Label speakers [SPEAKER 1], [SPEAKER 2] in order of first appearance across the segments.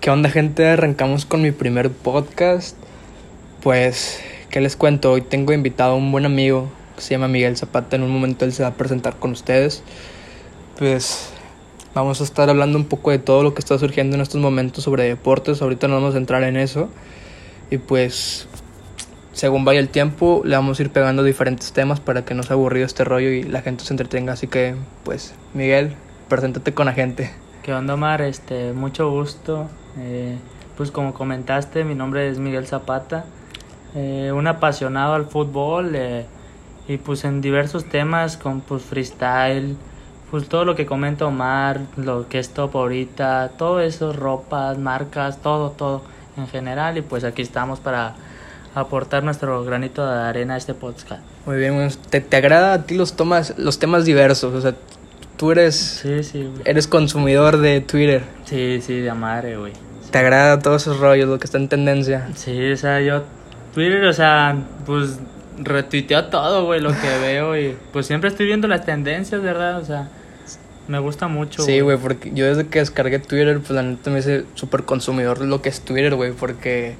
[SPEAKER 1] ¿Qué onda gente? Arrancamos con mi primer podcast. Pues, ¿qué les cuento? Hoy tengo invitado a un buen amigo que se llama Miguel Zapata. En un momento él se va a presentar con ustedes. Pues, vamos a estar hablando un poco de todo lo que está surgiendo en estos momentos sobre deportes. Ahorita no vamos a entrar en eso. Y pues, según vaya el tiempo, le vamos a ir pegando diferentes temas para que no sea aburrido este rollo y la gente se entretenga. Así que, pues, Miguel, preséntate con la gente.
[SPEAKER 2] ¿Qué onda Omar? Este, mucho gusto. Eh, pues como comentaste, mi nombre es Miguel Zapata, eh, un apasionado al fútbol eh, y pues en diversos temas con pues freestyle, pues todo lo que comenta Omar, lo que es top ahorita, todo eso, ropas, marcas, todo, todo en general y pues aquí estamos para aportar nuestro granito de arena a este podcast.
[SPEAKER 1] Muy bien, bueno, ¿te, te agrada a ti los, tomas, los temas diversos? O sea, tú eres,
[SPEAKER 2] Sí, sí, güey.
[SPEAKER 1] eres consumidor de Twitter.
[SPEAKER 2] Sí, sí, de madre, güey.
[SPEAKER 1] ¿Te agrada todos esos rollos, lo que está en tendencia?
[SPEAKER 2] Sí, o sea, yo Twitter, o sea, pues retuiteo todo, güey, lo que veo y pues siempre estoy viendo las tendencias, ¿verdad? O sea, me gusta mucho.
[SPEAKER 1] Sí, güey, porque yo desde que descargué Twitter, pues la neta me hice súper consumidor de lo que es Twitter, güey, porque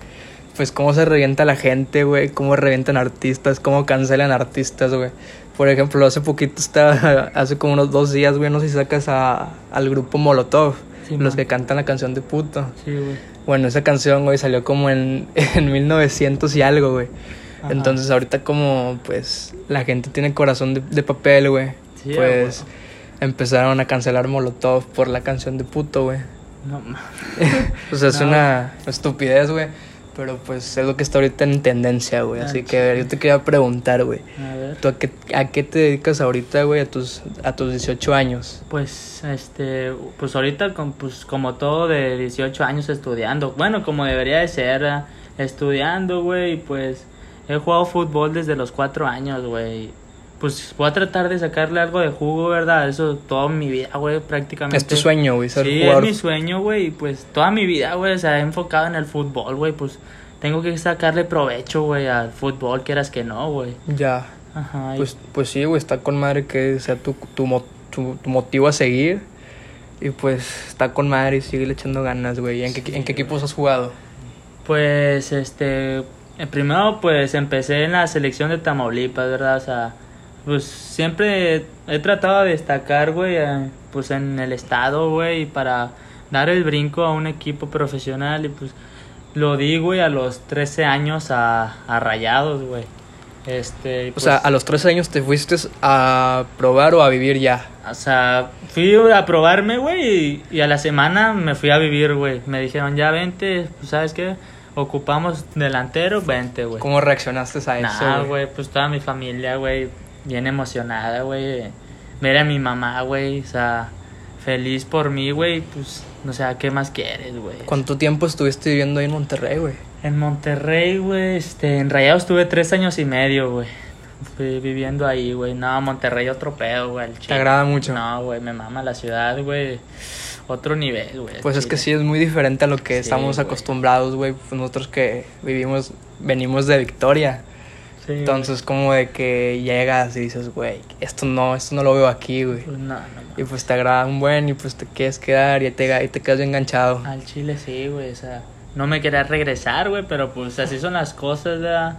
[SPEAKER 1] pues cómo se revienta la gente, güey, cómo revientan artistas, cómo cancelan artistas, güey. Por ejemplo, hace poquito estaba, hace como unos dos días, güey, no sé si sacas a, al grupo Molotov,
[SPEAKER 2] Sí,
[SPEAKER 1] los
[SPEAKER 2] man.
[SPEAKER 1] que cantan la canción de puto.
[SPEAKER 2] Sí, güey.
[SPEAKER 1] Bueno, esa canción, güey, salió como en, en 1900 y algo, güey.
[SPEAKER 2] Ajá.
[SPEAKER 1] Entonces ahorita como, pues, la gente tiene corazón de, de papel, güey.
[SPEAKER 2] Sí, a
[SPEAKER 1] pues, empezaron a cancelar Molotov por la canción de puto, güey.
[SPEAKER 2] No mames.
[SPEAKER 1] O sea, es
[SPEAKER 2] No.
[SPEAKER 1] una estupidez, güey. Pero pues es lo que está ahorita en tendencia, güey.
[SPEAKER 2] Ah,
[SPEAKER 1] Así que, a ver, yo te quería preguntar, güey.
[SPEAKER 2] A ver.
[SPEAKER 1] ¿Tú a qué, a qué te dedicas ahorita, güey, a tus, a tus 18 años?
[SPEAKER 2] Pues este, pues ahorita con- pues como todo de 18 años estudiando, bueno, como debería de ser ¿verdad? estudiando, güey, y pues he jugado fútbol desde los 4 años, güey. Pues voy a tratar de sacarle algo de jugo, ¿verdad? Eso toda mi vida, güey, prácticamente.
[SPEAKER 1] Es tu sueño, güey, ser
[SPEAKER 2] Sí,
[SPEAKER 1] jugador.
[SPEAKER 2] es mi sueño, güey. y Pues toda mi vida, güey, se ha enfocado en el fútbol, güey. Pues tengo que sacarle provecho, güey, al fútbol, quieras que no, güey.
[SPEAKER 1] Ya.
[SPEAKER 2] Ajá. y-
[SPEAKER 1] Pues, pues sí, güey, está con madre que sea tu, tu, mo- tu- tu motivo a seguir. Y pues está con madre y sigue echando ganas, güey. ¿Y ¿En, qué, ¿En qué equipos has jugado?
[SPEAKER 2] Pues este, eh, primero pues empecé en la selección de Tamaulipas, ¿verdad? O sea, pues siempre he tratado de destacar, güey, eh, pues en el estado, güey, para dar el brinco a un equipo profesional y pues lo di, güey, a los 13 años a, a Rayados, güey. Este, y,
[SPEAKER 1] O
[SPEAKER 2] pues,
[SPEAKER 1] sea, a los 13 años te fuiste a probar o a vivir ya.
[SPEAKER 2] o sea, fui a probarme, güey, y, y a la semana me fui a vivir, güey. Me dijeron, ya vente, pues, ¿sabes qué? Ocupamos delantero, vente, güey.
[SPEAKER 1] ¿Cómo reaccionaste a eso?
[SPEAKER 2] Nah,
[SPEAKER 1] güey?
[SPEAKER 2] Pues güey, pues toda mi familia, güey, bien emocionada, güey. Ver a mi mamá, güey, o sea, feliz por mí, güey, pues, o sea, ¿qué más quieres, güey?
[SPEAKER 1] ¿Cuánto tiempo estuviste viviendo ahí en Monterrey, güey?
[SPEAKER 2] En Monterrey, güey, este, en Rayados estuve tres años y medio, güey. Fui viviendo ahí, güey. No, Monterrey otro pedo, güey. al
[SPEAKER 1] ¿Te
[SPEAKER 2] chile.
[SPEAKER 1] agrada mucho?
[SPEAKER 2] No, güey, me mama la ciudad, güey. Otro nivel, güey.
[SPEAKER 1] Pues es que
[SPEAKER 2] chile.
[SPEAKER 1] sí, es muy diferente a lo que
[SPEAKER 2] Sí,
[SPEAKER 1] estamos
[SPEAKER 2] güey.
[SPEAKER 1] acostumbrados, güey. Pues Nosotros que vivimos, venimos de Victoria.
[SPEAKER 2] Sí, güey.
[SPEAKER 1] Entonces, como de que llegas y dices, güey, esto no, esto no lo veo aquí, güey.
[SPEAKER 2] Pues no, no, no.
[SPEAKER 1] Y pues te agrada un buen y pues te quieres quedar y te, y te quedas bien enganchado.
[SPEAKER 2] Al Chile sí, güey, o sea, no me quería regresar, güey, pero pues así son las cosas, ¿verdad?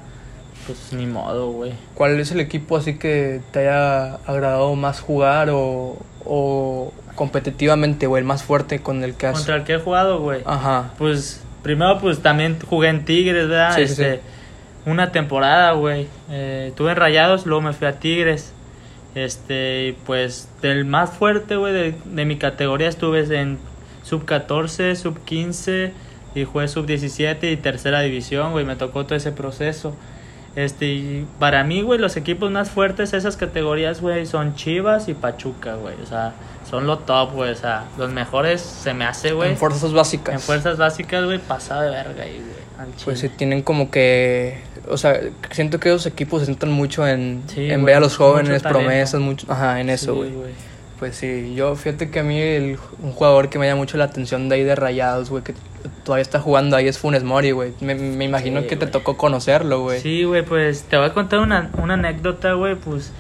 [SPEAKER 2] Pues ni modo, güey.
[SPEAKER 1] ¿Cuál es el equipo así que te haya agradado más jugar o, o competitivamente, güey, el más fuerte con el que has...
[SPEAKER 2] Contra el que he jugado, güey.
[SPEAKER 1] Ajá.
[SPEAKER 2] Pues primero, pues también jugué en Tigres, ¿verdad? Este,
[SPEAKER 1] Sí, sí, sí.
[SPEAKER 2] Una temporada, güey. Eh, estuve en Rayados, luego me fui a Tigres. Este, y, pues del más fuerte, güey, de, de mi categoría estuve en sub 14, sub 15 y jugué sub 17 y tercera división, güey. Me tocó todo ese proceso. Este, y para mí, güey, los equipos más fuertes de esas categorías, güey, son Chivas y Pachuca, güey. O sea, son lo top, güey. O sea, los mejores se me hace, güey.
[SPEAKER 1] En fuerzas básicas.
[SPEAKER 2] En fuerzas básicas, güey, pasado de verga ahí, güey. al
[SPEAKER 1] Pues sí,
[SPEAKER 2] chile.
[SPEAKER 1] tienen como que. O sea, siento que esos equipos se centran mucho en,
[SPEAKER 2] Sí,
[SPEAKER 1] en
[SPEAKER 2] güey,
[SPEAKER 1] ver a los jóvenes,
[SPEAKER 2] mucho talento.
[SPEAKER 1] promesas, mucho. Ajá, en eso,
[SPEAKER 2] Sí,
[SPEAKER 1] güey. pues sí, yo fíjate que a mí el- un jugador que me llama mucho la atención de ahí de Rayados, güey, que todavía está jugando ahí es Funes Mori, güey. Me, me imagino
[SPEAKER 2] Sí,
[SPEAKER 1] que te
[SPEAKER 2] güey.
[SPEAKER 1] tocó conocerlo, güey.
[SPEAKER 2] Sí, güey, pues te voy a contar una, una anécdota, güey, pues.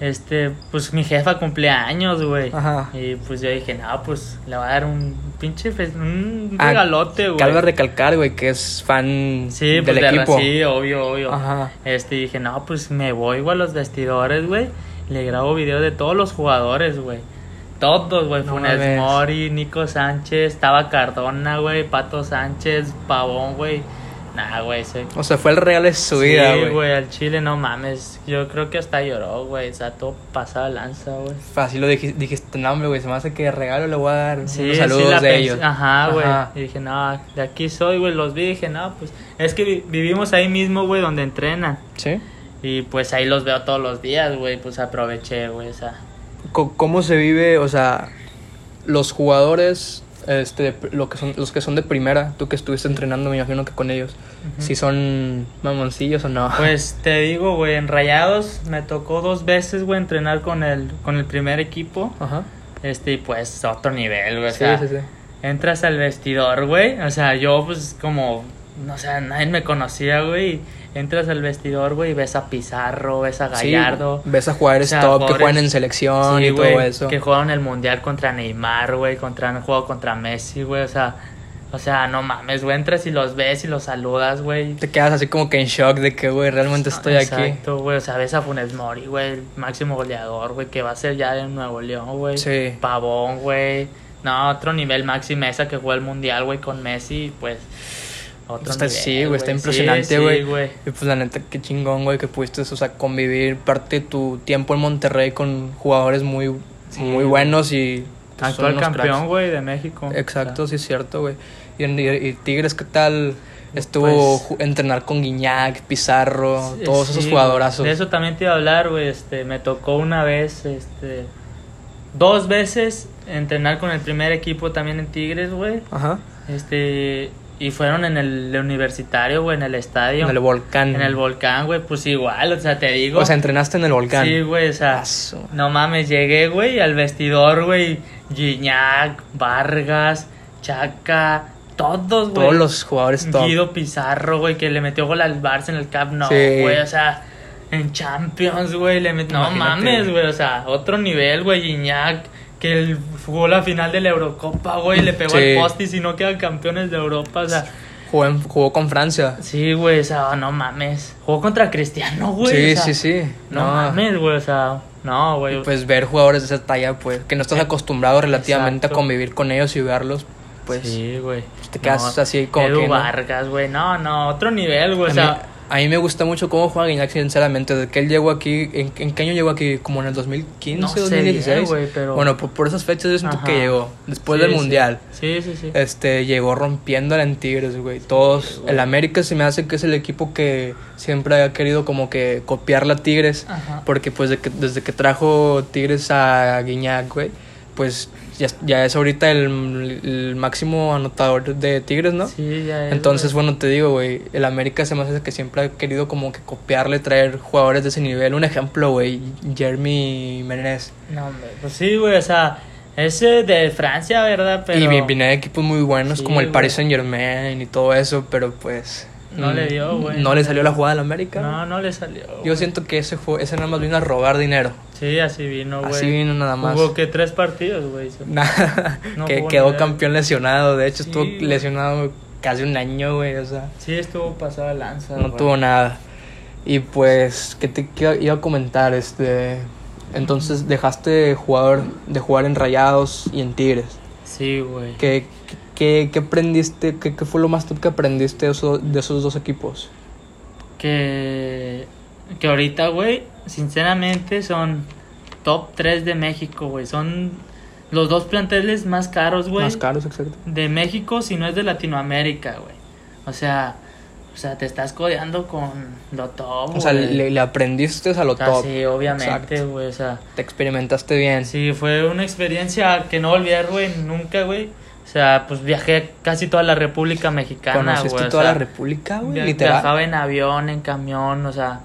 [SPEAKER 2] Este, pues mi jefa cumplía años, güey.
[SPEAKER 1] Ajá.
[SPEAKER 2] Y pues yo dije, no, pues le voy a dar un pinche fe- un
[SPEAKER 1] Ah,
[SPEAKER 2] regalote, güey.
[SPEAKER 1] Cabe recalcar, güey, que es fan
[SPEAKER 2] Sí,
[SPEAKER 1] del
[SPEAKER 2] pues de
[SPEAKER 1] equipo.
[SPEAKER 2] sí, obvio, obvio.
[SPEAKER 1] Ajá.
[SPEAKER 2] Este, dije, no, pues me voy, güey, a los vestidores, güey. Le grabo video de todos los jugadores, güey. Todos, güey.
[SPEAKER 1] No
[SPEAKER 2] Funes
[SPEAKER 1] mames.
[SPEAKER 2] Mori, Nico Sánchez, estaba Cardona, güey. Pato Sánchez, Pavón, güey. Nah, güey, soy...
[SPEAKER 1] O sea, fue el real de su vida,
[SPEAKER 2] Sí,
[SPEAKER 1] güey.
[SPEAKER 2] güey, al Chile no mames. Yo creo que hasta lloró, güey. O sea, todo pasaba lanza, güey.
[SPEAKER 1] Así lo dij- dijiste, no, hombre, güey, se me hace que regalo le voy a dar
[SPEAKER 2] Sí,
[SPEAKER 1] unos
[SPEAKER 2] sí
[SPEAKER 1] saludos
[SPEAKER 2] la
[SPEAKER 1] de
[SPEAKER 2] pens- ah.
[SPEAKER 1] ellos.
[SPEAKER 2] Ajá, güey. Y dije, no, de aquí soy, güey. Los vi, dije, no, pues. Es que vi- vivimos ahí mismo, güey, donde entrenan.
[SPEAKER 1] ¿Sí?
[SPEAKER 2] Y pues ahí los veo todos los días, güey. Pues aproveché, güey. O sea,
[SPEAKER 1] Co- ¿Cómo se vive, o sea, los jugadores, este, de pr- lo que son, los que son de primera, tú que estuviste entrenando, me imagino que con ellos, si son mamoncillos o no?
[SPEAKER 2] Pues te digo, güey, en Rayados me tocó dos veces, güey, entrenar con el, con el primer equipo.
[SPEAKER 1] Ajá.
[SPEAKER 2] Este, y pues otro nivel, güey. o
[SPEAKER 1] sí,
[SPEAKER 2] sea,
[SPEAKER 1] sí, sí.
[SPEAKER 2] Entras al vestidor, güey. O sea, yo, pues, como. No sé, nadie me conocía, güey. Entras al vestidor, güey, y ves a Pizarro, ves a
[SPEAKER 1] Sí,
[SPEAKER 2] Gallardo.
[SPEAKER 1] ves a jugadores
[SPEAKER 2] O sea,
[SPEAKER 1] top que
[SPEAKER 2] jugadores-
[SPEAKER 1] juegan en selección
[SPEAKER 2] Sí,
[SPEAKER 1] y todo
[SPEAKER 2] güey,
[SPEAKER 1] eso.
[SPEAKER 2] Que jugaron el mundial contra Neymar, güey, contra han jugado contra Messi, güey, o sea, o sea, no mames, güey, entras y los ves y los saludas, güey.
[SPEAKER 1] Te quedas así como que en shock de que, güey, realmente
[SPEAKER 2] Ah,
[SPEAKER 1] estoy aquí.
[SPEAKER 2] Exacto, güey, o sea, ves a Funes Mori, güey, el máximo goleador, güey, que va a ser ya en Nuevo León, güey.
[SPEAKER 1] Sí.
[SPEAKER 2] Pavón, güey. No, otro nivel Maxi Mesa que jugó el mundial, güey, con Messi, pues otro
[SPEAKER 1] Está-
[SPEAKER 2] nivel,
[SPEAKER 1] sí, güey, está impresionante,
[SPEAKER 2] Sí, sí,
[SPEAKER 1] güey. Y pues la neta, qué chingón, güey, que pudiste, o sea, convivir parte de tu tiempo en Monterrey con jugadores muy,
[SPEAKER 2] Sí,
[SPEAKER 1] muy
[SPEAKER 2] güey.
[SPEAKER 1] buenos y... pues, son
[SPEAKER 2] Actual
[SPEAKER 1] unos cracks.
[SPEAKER 2] campeón, güey, de México.
[SPEAKER 1] Exacto,
[SPEAKER 2] O sea,
[SPEAKER 1] sí es cierto, güey. Y, en- y- y Tigres, ¿qué tal? Estuvo
[SPEAKER 2] Pues-
[SPEAKER 1] ju- entrenar con Guiñac, Pizarro,
[SPEAKER 2] Sí,
[SPEAKER 1] todos esos
[SPEAKER 2] sí,
[SPEAKER 1] jugadorazos.
[SPEAKER 2] De eso también te iba a hablar, güey. Este, me tocó una vez, este, dos veces entrenar con el primer equipo también en Tigres, güey.
[SPEAKER 1] Ajá.
[SPEAKER 2] Este, y fueron en el universitario, güey, en el estadio.
[SPEAKER 1] En el volcán.
[SPEAKER 2] En el volcán, güey. Pues igual, o sea, te digo.
[SPEAKER 1] O sea, entrenaste en el volcán.
[SPEAKER 2] sí, güey, o sea.
[SPEAKER 1] Ah, su-
[SPEAKER 2] No mames, llegué, güey, al vestidor, güey. Gignac, Vargas, Chaca, todos, güey.
[SPEAKER 1] Todos los jugadores top.
[SPEAKER 2] Guido Pizarro, güey, que le metió gol al Barça en el Camp Nou,
[SPEAKER 1] Sí.
[SPEAKER 2] güey, o sea, en Champions, güey, le met- No
[SPEAKER 1] Imagínate.
[SPEAKER 2] mames, güey, o sea, otro nivel, güey, Gignac, que el- jugó la final de la Eurocopa, güey, le pegó
[SPEAKER 1] Sí.
[SPEAKER 2] el poste y si no quedan campeones de Europa, o sea,
[SPEAKER 1] Jugó, en- jugó con Francia.
[SPEAKER 2] sí, güey, o sea, no mames. Jugó contra Cristiano, güey.
[SPEAKER 1] sí,
[SPEAKER 2] o
[SPEAKER 1] sí,
[SPEAKER 2] sea,
[SPEAKER 1] sí.
[SPEAKER 2] No, mames, güey, o sea, no, güey. Eh,
[SPEAKER 1] Pues ver jugadores de esa talla, pues, que no estás acostumbrado relativamente
[SPEAKER 2] Exacto.
[SPEAKER 1] a convivir con ellos y verlos, pues.
[SPEAKER 2] sí, güey.
[SPEAKER 1] te quedas así como
[SPEAKER 2] Edu
[SPEAKER 1] que, ¿no?
[SPEAKER 2] Vargas, güey, no, no, otro nivel, güey,
[SPEAKER 1] a, mí,
[SPEAKER 2] o sea,
[SPEAKER 1] a mí me gusta mucho cómo juega Guiñac, sinceramente. Desde que él llegó aquí, ¿en, en qué año llegó aquí? Como en el 2015,
[SPEAKER 2] No sé bien,
[SPEAKER 1] 2016.
[SPEAKER 2] güey, pero-
[SPEAKER 1] Bueno, por, por esas fechas yo siento
[SPEAKER 2] Ajá.
[SPEAKER 1] que llegó. Después
[SPEAKER 2] sí,
[SPEAKER 1] pues, del
[SPEAKER 2] sí.
[SPEAKER 1] Mundial.
[SPEAKER 2] Sí, sí, sí.
[SPEAKER 1] Este, llegó rompiendo en Tigres, güey. Todos. El América se me hace que es el equipo que siempre ha querido como que copiar la Tigres.
[SPEAKER 2] Ajá.
[SPEAKER 1] Porque pues de que- desde que trajo Tigres a Guiñac, güey, pues ya, ya es ahorita el, el máximo anotador de Tigres, ¿no?
[SPEAKER 2] Sí, ya es,
[SPEAKER 1] Entonces,
[SPEAKER 2] güey.
[SPEAKER 1] bueno, te digo, güey, el América se me hace que siempre ha querido como que copiarle, traer jugadores de ese nivel. Un ejemplo, güey, Jeremy Menezes.
[SPEAKER 2] No, hombre, pues sí, güey, o sea, ese de Francia, ¿verdad? Pero
[SPEAKER 1] Y vi- viene de equipos muy buenos
[SPEAKER 2] Sí,
[SPEAKER 1] como el
[SPEAKER 2] güey.
[SPEAKER 1] Paris Saint Germain y todo eso, pero pues...
[SPEAKER 2] No
[SPEAKER 1] mm,
[SPEAKER 2] le dio, güey.
[SPEAKER 1] No le salió la jugada al América.
[SPEAKER 2] no, no le salió.
[SPEAKER 1] Yo
[SPEAKER 2] güey.
[SPEAKER 1] siento que ese, jue- ese nada más vino a robar dinero.
[SPEAKER 2] Sí, así vino, güey.
[SPEAKER 1] Así vino nada más.
[SPEAKER 2] Jugó que tres partidos, güey. se-
[SPEAKER 1] Nada,
[SPEAKER 2] No
[SPEAKER 1] que
[SPEAKER 2] jugó
[SPEAKER 1] quedó
[SPEAKER 2] ni-
[SPEAKER 1] campeón lesionado. De hecho,
[SPEAKER 2] Sí,
[SPEAKER 1] estuvo
[SPEAKER 2] güey.
[SPEAKER 1] lesionado casi un año, güey. O sea,
[SPEAKER 2] Sí, estuvo pasada lanza.
[SPEAKER 1] no
[SPEAKER 2] güey.
[SPEAKER 1] tuvo nada. Y pues, ¿qué te qué iba a comentar? Este, entonces dejaste de jugar, de jugar en Rayados y en Tigres.
[SPEAKER 2] Sí, güey.
[SPEAKER 1] ¿Qué, qué, qué aprendiste? ¿Qué, qué fue lo más top que aprendiste de, eso- de esos dos equipos?
[SPEAKER 2] Que. Que ahorita, güey, sinceramente son top 3 de México, güey. Son los dos planteles más caros, güey.
[SPEAKER 1] Más caros, exacto.
[SPEAKER 2] de México si no es de Latinoamérica, güey. O sea, o sea, te estás codeando con lo top,
[SPEAKER 1] O sea,
[SPEAKER 2] güey.
[SPEAKER 1] le, le aprendiste a lo
[SPEAKER 2] O sea,
[SPEAKER 1] top.
[SPEAKER 2] sí, obviamente,
[SPEAKER 1] Exacto.
[SPEAKER 2] güey, o sea,
[SPEAKER 1] Te experimentaste bien.
[SPEAKER 2] sí, fue una experiencia que no voy a olvidar, güey, nunca, güey. O sea, pues viajé casi toda la República Mexicana,
[SPEAKER 1] Conociste
[SPEAKER 2] güey. o
[SPEAKER 1] toda
[SPEAKER 2] sea,
[SPEAKER 1] la República, güey,
[SPEAKER 2] via-
[SPEAKER 1] literal.
[SPEAKER 2] Viajaba en avión, en camión, o sea,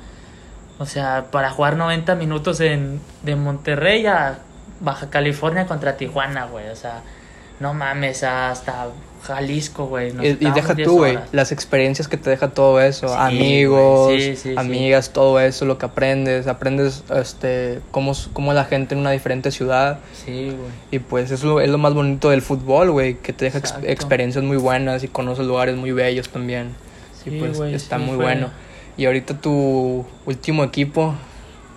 [SPEAKER 2] o sea, para jugar 90 minutos en, de Monterrey a Baja California contra Tijuana, güey, o sea, No mames, hasta Jalisco, güey. nos
[SPEAKER 1] Y, y deja
[SPEAKER 2] estábamos 10
[SPEAKER 1] tú, güey,
[SPEAKER 2] horas.
[SPEAKER 1] las experiencias que te deja todo eso,
[SPEAKER 2] Sí,
[SPEAKER 1] amigos,
[SPEAKER 2] güey, sí, sí, sí.
[SPEAKER 1] amigas, todo eso, lo que aprendes, aprendes este cómo, es- cómo es la gente en una diferente ciudad
[SPEAKER 2] Sí, güey.
[SPEAKER 1] y pues es lo, es lo más bonito del fútbol, güey, que te deja ex-
[SPEAKER 2] Exacto.
[SPEAKER 1] experiencias muy buenas y conoces lugares muy bellos también.
[SPEAKER 2] Sí,
[SPEAKER 1] y pues
[SPEAKER 2] güey,
[SPEAKER 1] está
[SPEAKER 2] sí
[SPEAKER 1] muy
[SPEAKER 2] fue-
[SPEAKER 1] bueno. Y ahorita tu último equipo,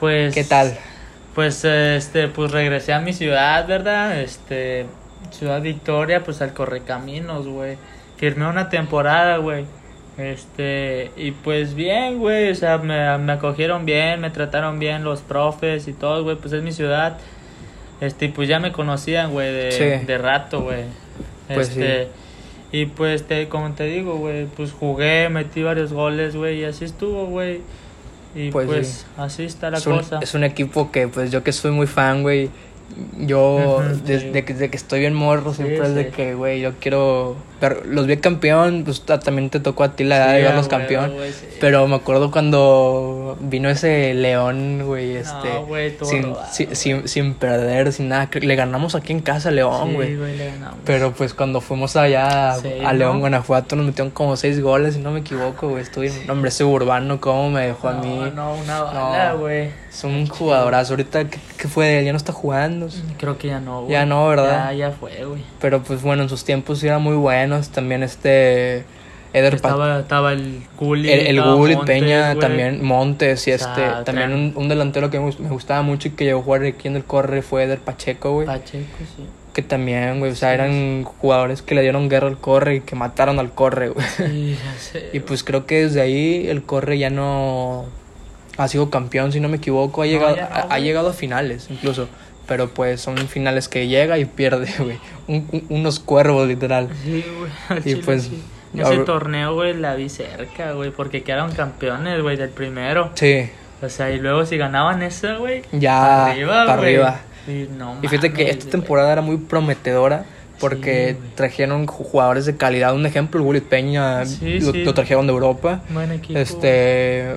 [SPEAKER 2] Pues.
[SPEAKER 1] ¿qué tal?
[SPEAKER 2] Pues este, pues regresé a mi ciudad, ¿verdad? Este, Ciudad Victoria, pues al Correcaminos, güey. Firmé una temporada, güey. Este, y pues bien, güey, o sea, me, me acogieron bien, me trataron bien los profes y todo, güey, pues es mi ciudad. Este, y pues ya me conocían, güey, de,
[SPEAKER 1] Sí.
[SPEAKER 2] de rato, güey.
[SPEAKER 1] Pues sí.
[SPEAKER 2] este, y pues te, como te digo, güey, pues jugué, metí varios goles, güey, y así estuvo, güey. Y
[SPEAKER 1] Pues
[SPEAKER 2] pues,
[SPEAKER 1] sí.
[SPEAKER 2] así está la
[SPEAKER 1] es un,
[SPEAKER 2] cosa.
[SPEAKER 1] es un equipo que, pues yo que soy muy fan, güey. Yo,
[SPEAKER 2] Ujú,
[SPEAKER 1] desde,
[SPEAKER 2] sí.
[SPEAKER 1] que, desde que estoy bien morro,
[SPEAKER 2] Sí,
[SPEAKER 1] siempre es de
[SPEAKER 2] sí.
[SPEAKER 1] que, güey, yo quiero. Pero los vi campeón, pues ta- también te tocó a ti la edad
[SPEAKER 2] Sí,
[SPEAKER 1] de
[SPEAKER 2] a
[SPEAKER 1] verlos
[SPEAKER 2] huevo,
[SPEAKER 1] campeón.
[SPEAKER 2] güey, sí.
[SPEAKER 1] Pero me acuerdo cuando vino ese león, güey, este.
[SPEAKER 2] güey, todo
[SPEAKER 1] sin,
[SPEAKER 2] rodado,
[SPEAKER 1] sin,
[SPEAKER 2] güey.
[SPEAKER 1] sin, sin perder, sin nada. Creo que Le ganamos aquí en casa a León,
[SPEAKER 2] Sí,
[SPEAKER 1] güey.
[SPEAKER 2] le ganamos.
[SPEAKER 1] Pero pues cuando fuimos allá
[SPEAKER 2] Sí,
[SPEAKER 1] a León,
[SPEAKER 2] ¿no?
[SPEAKER 1] Guanajuato, nos metieron como seis goles, si no me equivoco, güey. Estuve, no, hombre, ese urbano, cómo me dejó a mí.
[SPEAKER 2] no, no, una bala,
[SPEAKER 1] No.
[SPEAKER 2] güey.
[SPEAKER 1] Es un jugadorazo. Ahorita, ¿qué, qué fue de él? Ya no está jugando.
[SPEAKER 2] Creo que ya no, güey.
[SPEAKER 1] Ya no, ¿verdad?
[SPEAKER 2] Ya, ya fue, güey.
[SPEAKER 1] Pero pues bueno, en sus tiempos sí eran muy buenos. También este. Eder Pa-
[SPEAKER 2] Estaba, estaba el Gullit.
[SPEAKER 1] El, el
[SPEAKER 2] estaba
[SPEAKER 1] Gullit,
[SPEAKER 2] Montes,
[SPEAKER 1] Peña,
[SPEAKER 2] güey.
[SPEAKER 1] también Montes. Y
[SPEAKER 2] O
[SPEAKER 1] este.
[SPEAKER 2] sea,
[SPEAKER 1] también un,
[SPEAKER 2] tren.
[SPEAKER 1] un delantero que me, gust- me gustaba mucho y que llegó a jugar aquí en el Corre fue Eder Pacheco, güey.
[SPEAKER 2] Pacheco, sí.
[SPEAKER 1] Que también, güey. O sea, eran jugadores que le dieron guerra al Corre y que mataron al Corre, güey.
[SPEAKER 2] Sí, ya sé.
[SPEAKER 1] Y pues creo que desde ahí el Corre ya no ha sido campeón, si no me equivoco, ha
[SPEAKER 2] No,
[SPEAKER 1] llegado,
[SPEAKER 2] ya no,
[SPEAKER 1] ha- ha
[SPEAKER 2] güey.
[SPEAKER 1] llegado a finales incluso. Pero pues son finales que llega y pierde, güey. Un- un- unos cuervos, literal.
[SPEAKER 2] Sí, güey. al
[SPEAKER 1] Y
[SPEAKER 2] chile,
[SPEAKER 1] pues,
[SPEAKER 2] sí.
[SPEAKER 1] ya,
[SPEAKER 2] Ese
[SPEAKER 1] güey.
[SPEAKER 2] torneo, güey, la vi cerca, güey, porque quedaron campeones, güey, del primero.
[SPEAKER 1] Sí,
[SPEAKER 2] O sea, y luego si ganaban esa, güey,
[SPEAKER 1] ya
[SPEAKER 2] arriba,
[SPEAKER 1] para
[SPEAKER 2] güey.
[SPEAKER 1] Ah, arriba.
[SPEAKER 2] Y, no
[SPEAKER 1] Y fíjate que
[SPEAKER 2] mames,
[SPEAKER 1] esta
[SPEAKER 2] güey.
[SPEAKER 1] temporada era muy prometedora porque
[SPEAKER 2] Sí, güey.
[SPEAKER 1] trajeron ju- jugadores de calidad. Un ejemplo, el Willy Peña
[SPEAKER 2] Sí,
[SPEAKER 1] lo,
[SPEAKER 2] sí.
[SPEAKER 1] lo trajeron de Europa.
[SPEAKER 2] Buen equipo,
[SPEAKER 1] Este,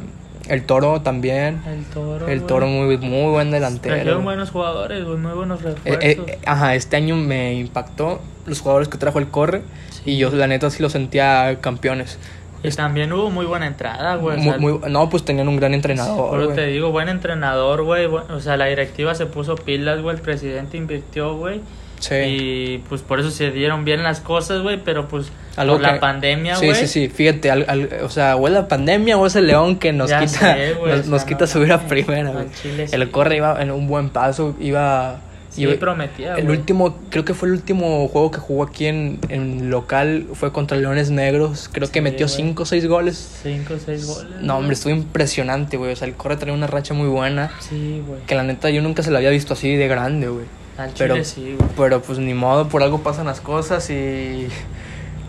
[SPEAKER 1] el Toro también.
[SPEAKER 2] güey. El toro.
[SPEAKER 1] El
[SPEAKER 2] güey.
[SPEAKER 1] Toro muy, muy buen delantero.
[SPEAKER 2] Trajeron
[SPEAKER 1] güey.
[SPEAKER 2] buenos jugadores, güey, muy buenos
[SPEAKER 1] Eh,
[SPEAKER 2] refuerzos.
[SPEAKER 1] eh, eh, ajá, este año me impactó los jugadores que trajo el corre y yo la neta sí los sentía campeones.
[SPEAKER 2] y también hubo muy buena entrada, güey. o
[SPEAKER 1] Muy-
[SPEAKER 2] sea,
[SPEAKER 1] muy- no, pues tenían un gran
[SPEAKER 2] por
[SPEAKER 1] entrenador.
[SPEAKER 2] lo te
[SPEAKER 1] güey.
[SPEAKER 2] digo, buen entrenador, güey. bu- O sea, la directiva se puso pilas, güey. El presidente invirtió, güey.
[SPEAKER 1] Sí.
[SPEAKER 2] Y pues por eso se dieron bien las cosas, güey. Pero pues
[SPEAKER 1] Algo
[SPEAKER 2] por la
[SPEAKER 1] que-
[SPEAKER 2] pandemia,
[SPEAKER 1] sí,
[SPEAKER 2] güey.
[SPEAKER 1] sí, sí, fíjate, al- al- o sea, o es la pandemia o es el león que nos
[SPEAKER 2] Ya
[SPEAKER 1] quita,
[SPEAKER 2] sé, güey,
[SPEAKER 1] nos,
[SPEAKER 2] o sea,
[SPEAKER 1] nos
[SPEAKER 2] no
[SPEAKER 1] quita subir a
[SPEAKER 2] mames,
[SPEAKER 1] primera.
[SPEAKER 2] al
[SPEAKER 1] güey.
[SPEAKER 2] chile
[SPEAKER 1] el
[SPEAKER 2] sí.
[SPEAKER 1] corre iba en un buen paso, iba...
[SPEAKER 2] Sí,
[SPEAKER 1] iba-
[SPEAKER 2] prometía,
[SPEAKER 1] el
[SPEAKER 2] güey.
[SPEAKER 1] último, creo que fue el último juego que jugó aquí en, en local, fue contra Leones Negros, creo que
[SPEAKER 2] Sí,
[SPEAKER 1] metió
[SPEAKER 2] güey.
[SPEAKER 1] 5 o 6 goles.
[SPEAKER 2] Cinco, seis goles.
[SPEAKER 1] No, hombre,
[SPEAKER 2] güey.
[SPEAKER 1] estuvo impresionante, güey. O sea, el Corre traía una racha muy buena.
[SPEAKER 2] Sí, güey.
[SPEAKER 1] Que la neta yo nunca se la había visto así de grande, güey.
[SPEAKER 2] Al chile
[SPEAKER 1] Pero,
[SPEAKER 2] sí, güey.
[SPEAKER 1] pero pues ni modo, por algo pasan las cosas y.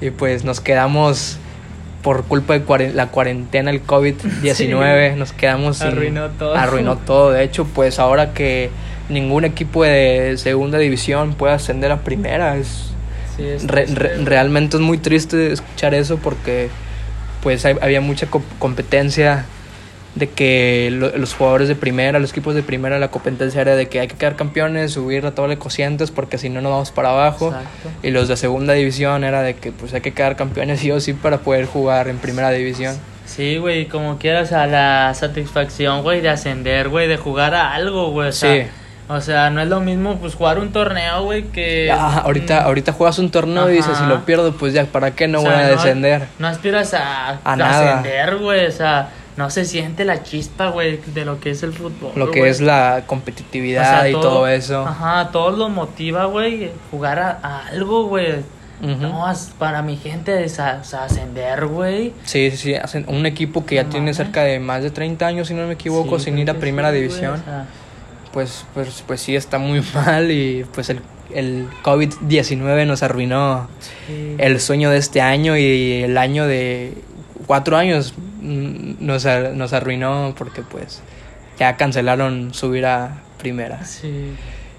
[SPEAKER 1] Y pues nos quedamos. Por culpa de cuaren- la cuarentena, el COVID-19,
[SPEAKER 2] Sí.
[SPEAKER 1] nos quedamos. sin-
[SPEAKER 2] Arruinó todo.
[SPEAKER 1] Arruinó todo. De hecho, pues ahora que ningún equipo de segunda división puede ascender a primera, es,
[SPEAKER 2] Sí, es
[SPEAKER 1] Re-
[SPEAKER 2] triste,
[SPEAKER 1] re-
[SPEAKER 2] güey.
[SPEAKER 1] realmente es muy triste escuchar eso porque pues hay- había mucha co- competencia de que lo- los jugadores de primera, los equipos de primera, la competencia era de que hay que quedar campeones, subir la tabla de cocientes porque si no nos vamos para abajo.
[SPEAKER 2] Exacto.
[SPEAKER 1] Y los de segunda división era de que pues hay que quedar campeones sí o sí para poder jugar en primera división.
[SPEAKER 2] Sí, güey, como quieras a la satisfacción, güey, de ascender, güey, de jugar a algo, güey. O sea,
[SPEAKER 1] Sí.
[SPEAKER 2] O sea, no es lo mismo, pues, jugar un torneo, güey, que...
[SPEAKER 1] Ah, ahorita, ahorita juegas un torneo y dices,
[SPEAKER 2] Eh, mm. Ajá.
[SPEAKER 1] si lo pierdo, pues ya, ¿para qué no
[SPEAKER 2] o
[SPEAKER 1] voy
[SPEAKER 2] sea,
[SPEAKER 1] a descender?
[SPEAKER 2] No aspiras a,
[SPEAKER 1] A
[SPEAKER 2] a
[SPEAKER 1] nada.
[SPEAKER 2] ascender, güey, o sea, no se siente la chispa, güey, de lo que es el fútbol,
[SPEAKER 1] Lo que
[SPEAKER 2] güey.
[SPEAKER 1] es la
[SPEAKER 2] O
[SPEAKER 1] competitividad
[SPEAKER 2] sea,
[SPEAKER 1] y todo, eso.
[SPEAKER 2] Ajá, todo lo motiva, güey, jugar a, a algo, güey.
[SPEAKER 1] Ujú.
[SPEAKER 2] No, as- para mi gente es a- o sea, ascender, güey.
[SPEAKER 1] Sí, sí, sí, hacen un equipo que ya
[SPEAKER 2] No
[SPEAKER 1] tiene
[SPEAKER 2] mames.
[SPEAKER 1] cerca de más de 30 años, si no me equivoco,
[SPEAKER 2] Sí,
[SPEAKER 1] sin
[SPEAKER 2] creo
[SPEAKER 1] ir a
[SPEAKER 2] que
[SPEAKER 1] primera
[SPEAKER 2] sí, güey,
[SPEAKER 1] división,
[SPEAKER 2] o sea,
[SPEAKER 1] pues, pues, pues sí está muy mal y pues el, el COVID-19 nos arruinó
[SPEAKER 2] sí.
[SPEAKER 1] el sueño de este año y el año de cuatro años mm, nos, ar- nos arruinó porque pues ya cancelaron subir a primera.
[SPEAKER 2] Sí.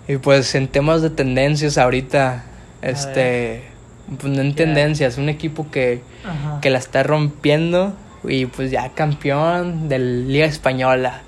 [SPEAKER 1] Y pues en temas de tendencias ahorita,
[SPEAKER 2] ver.
[SPEAKER 1] este, pues no en
[SPEAKER 2] Ya.
[SPEAKER 1] tendencias, un equipo que
[SPEAKER 2] Ajá.
[SPEAKER 1] que la está rompiendo y pues ya campeón de la Liga Española.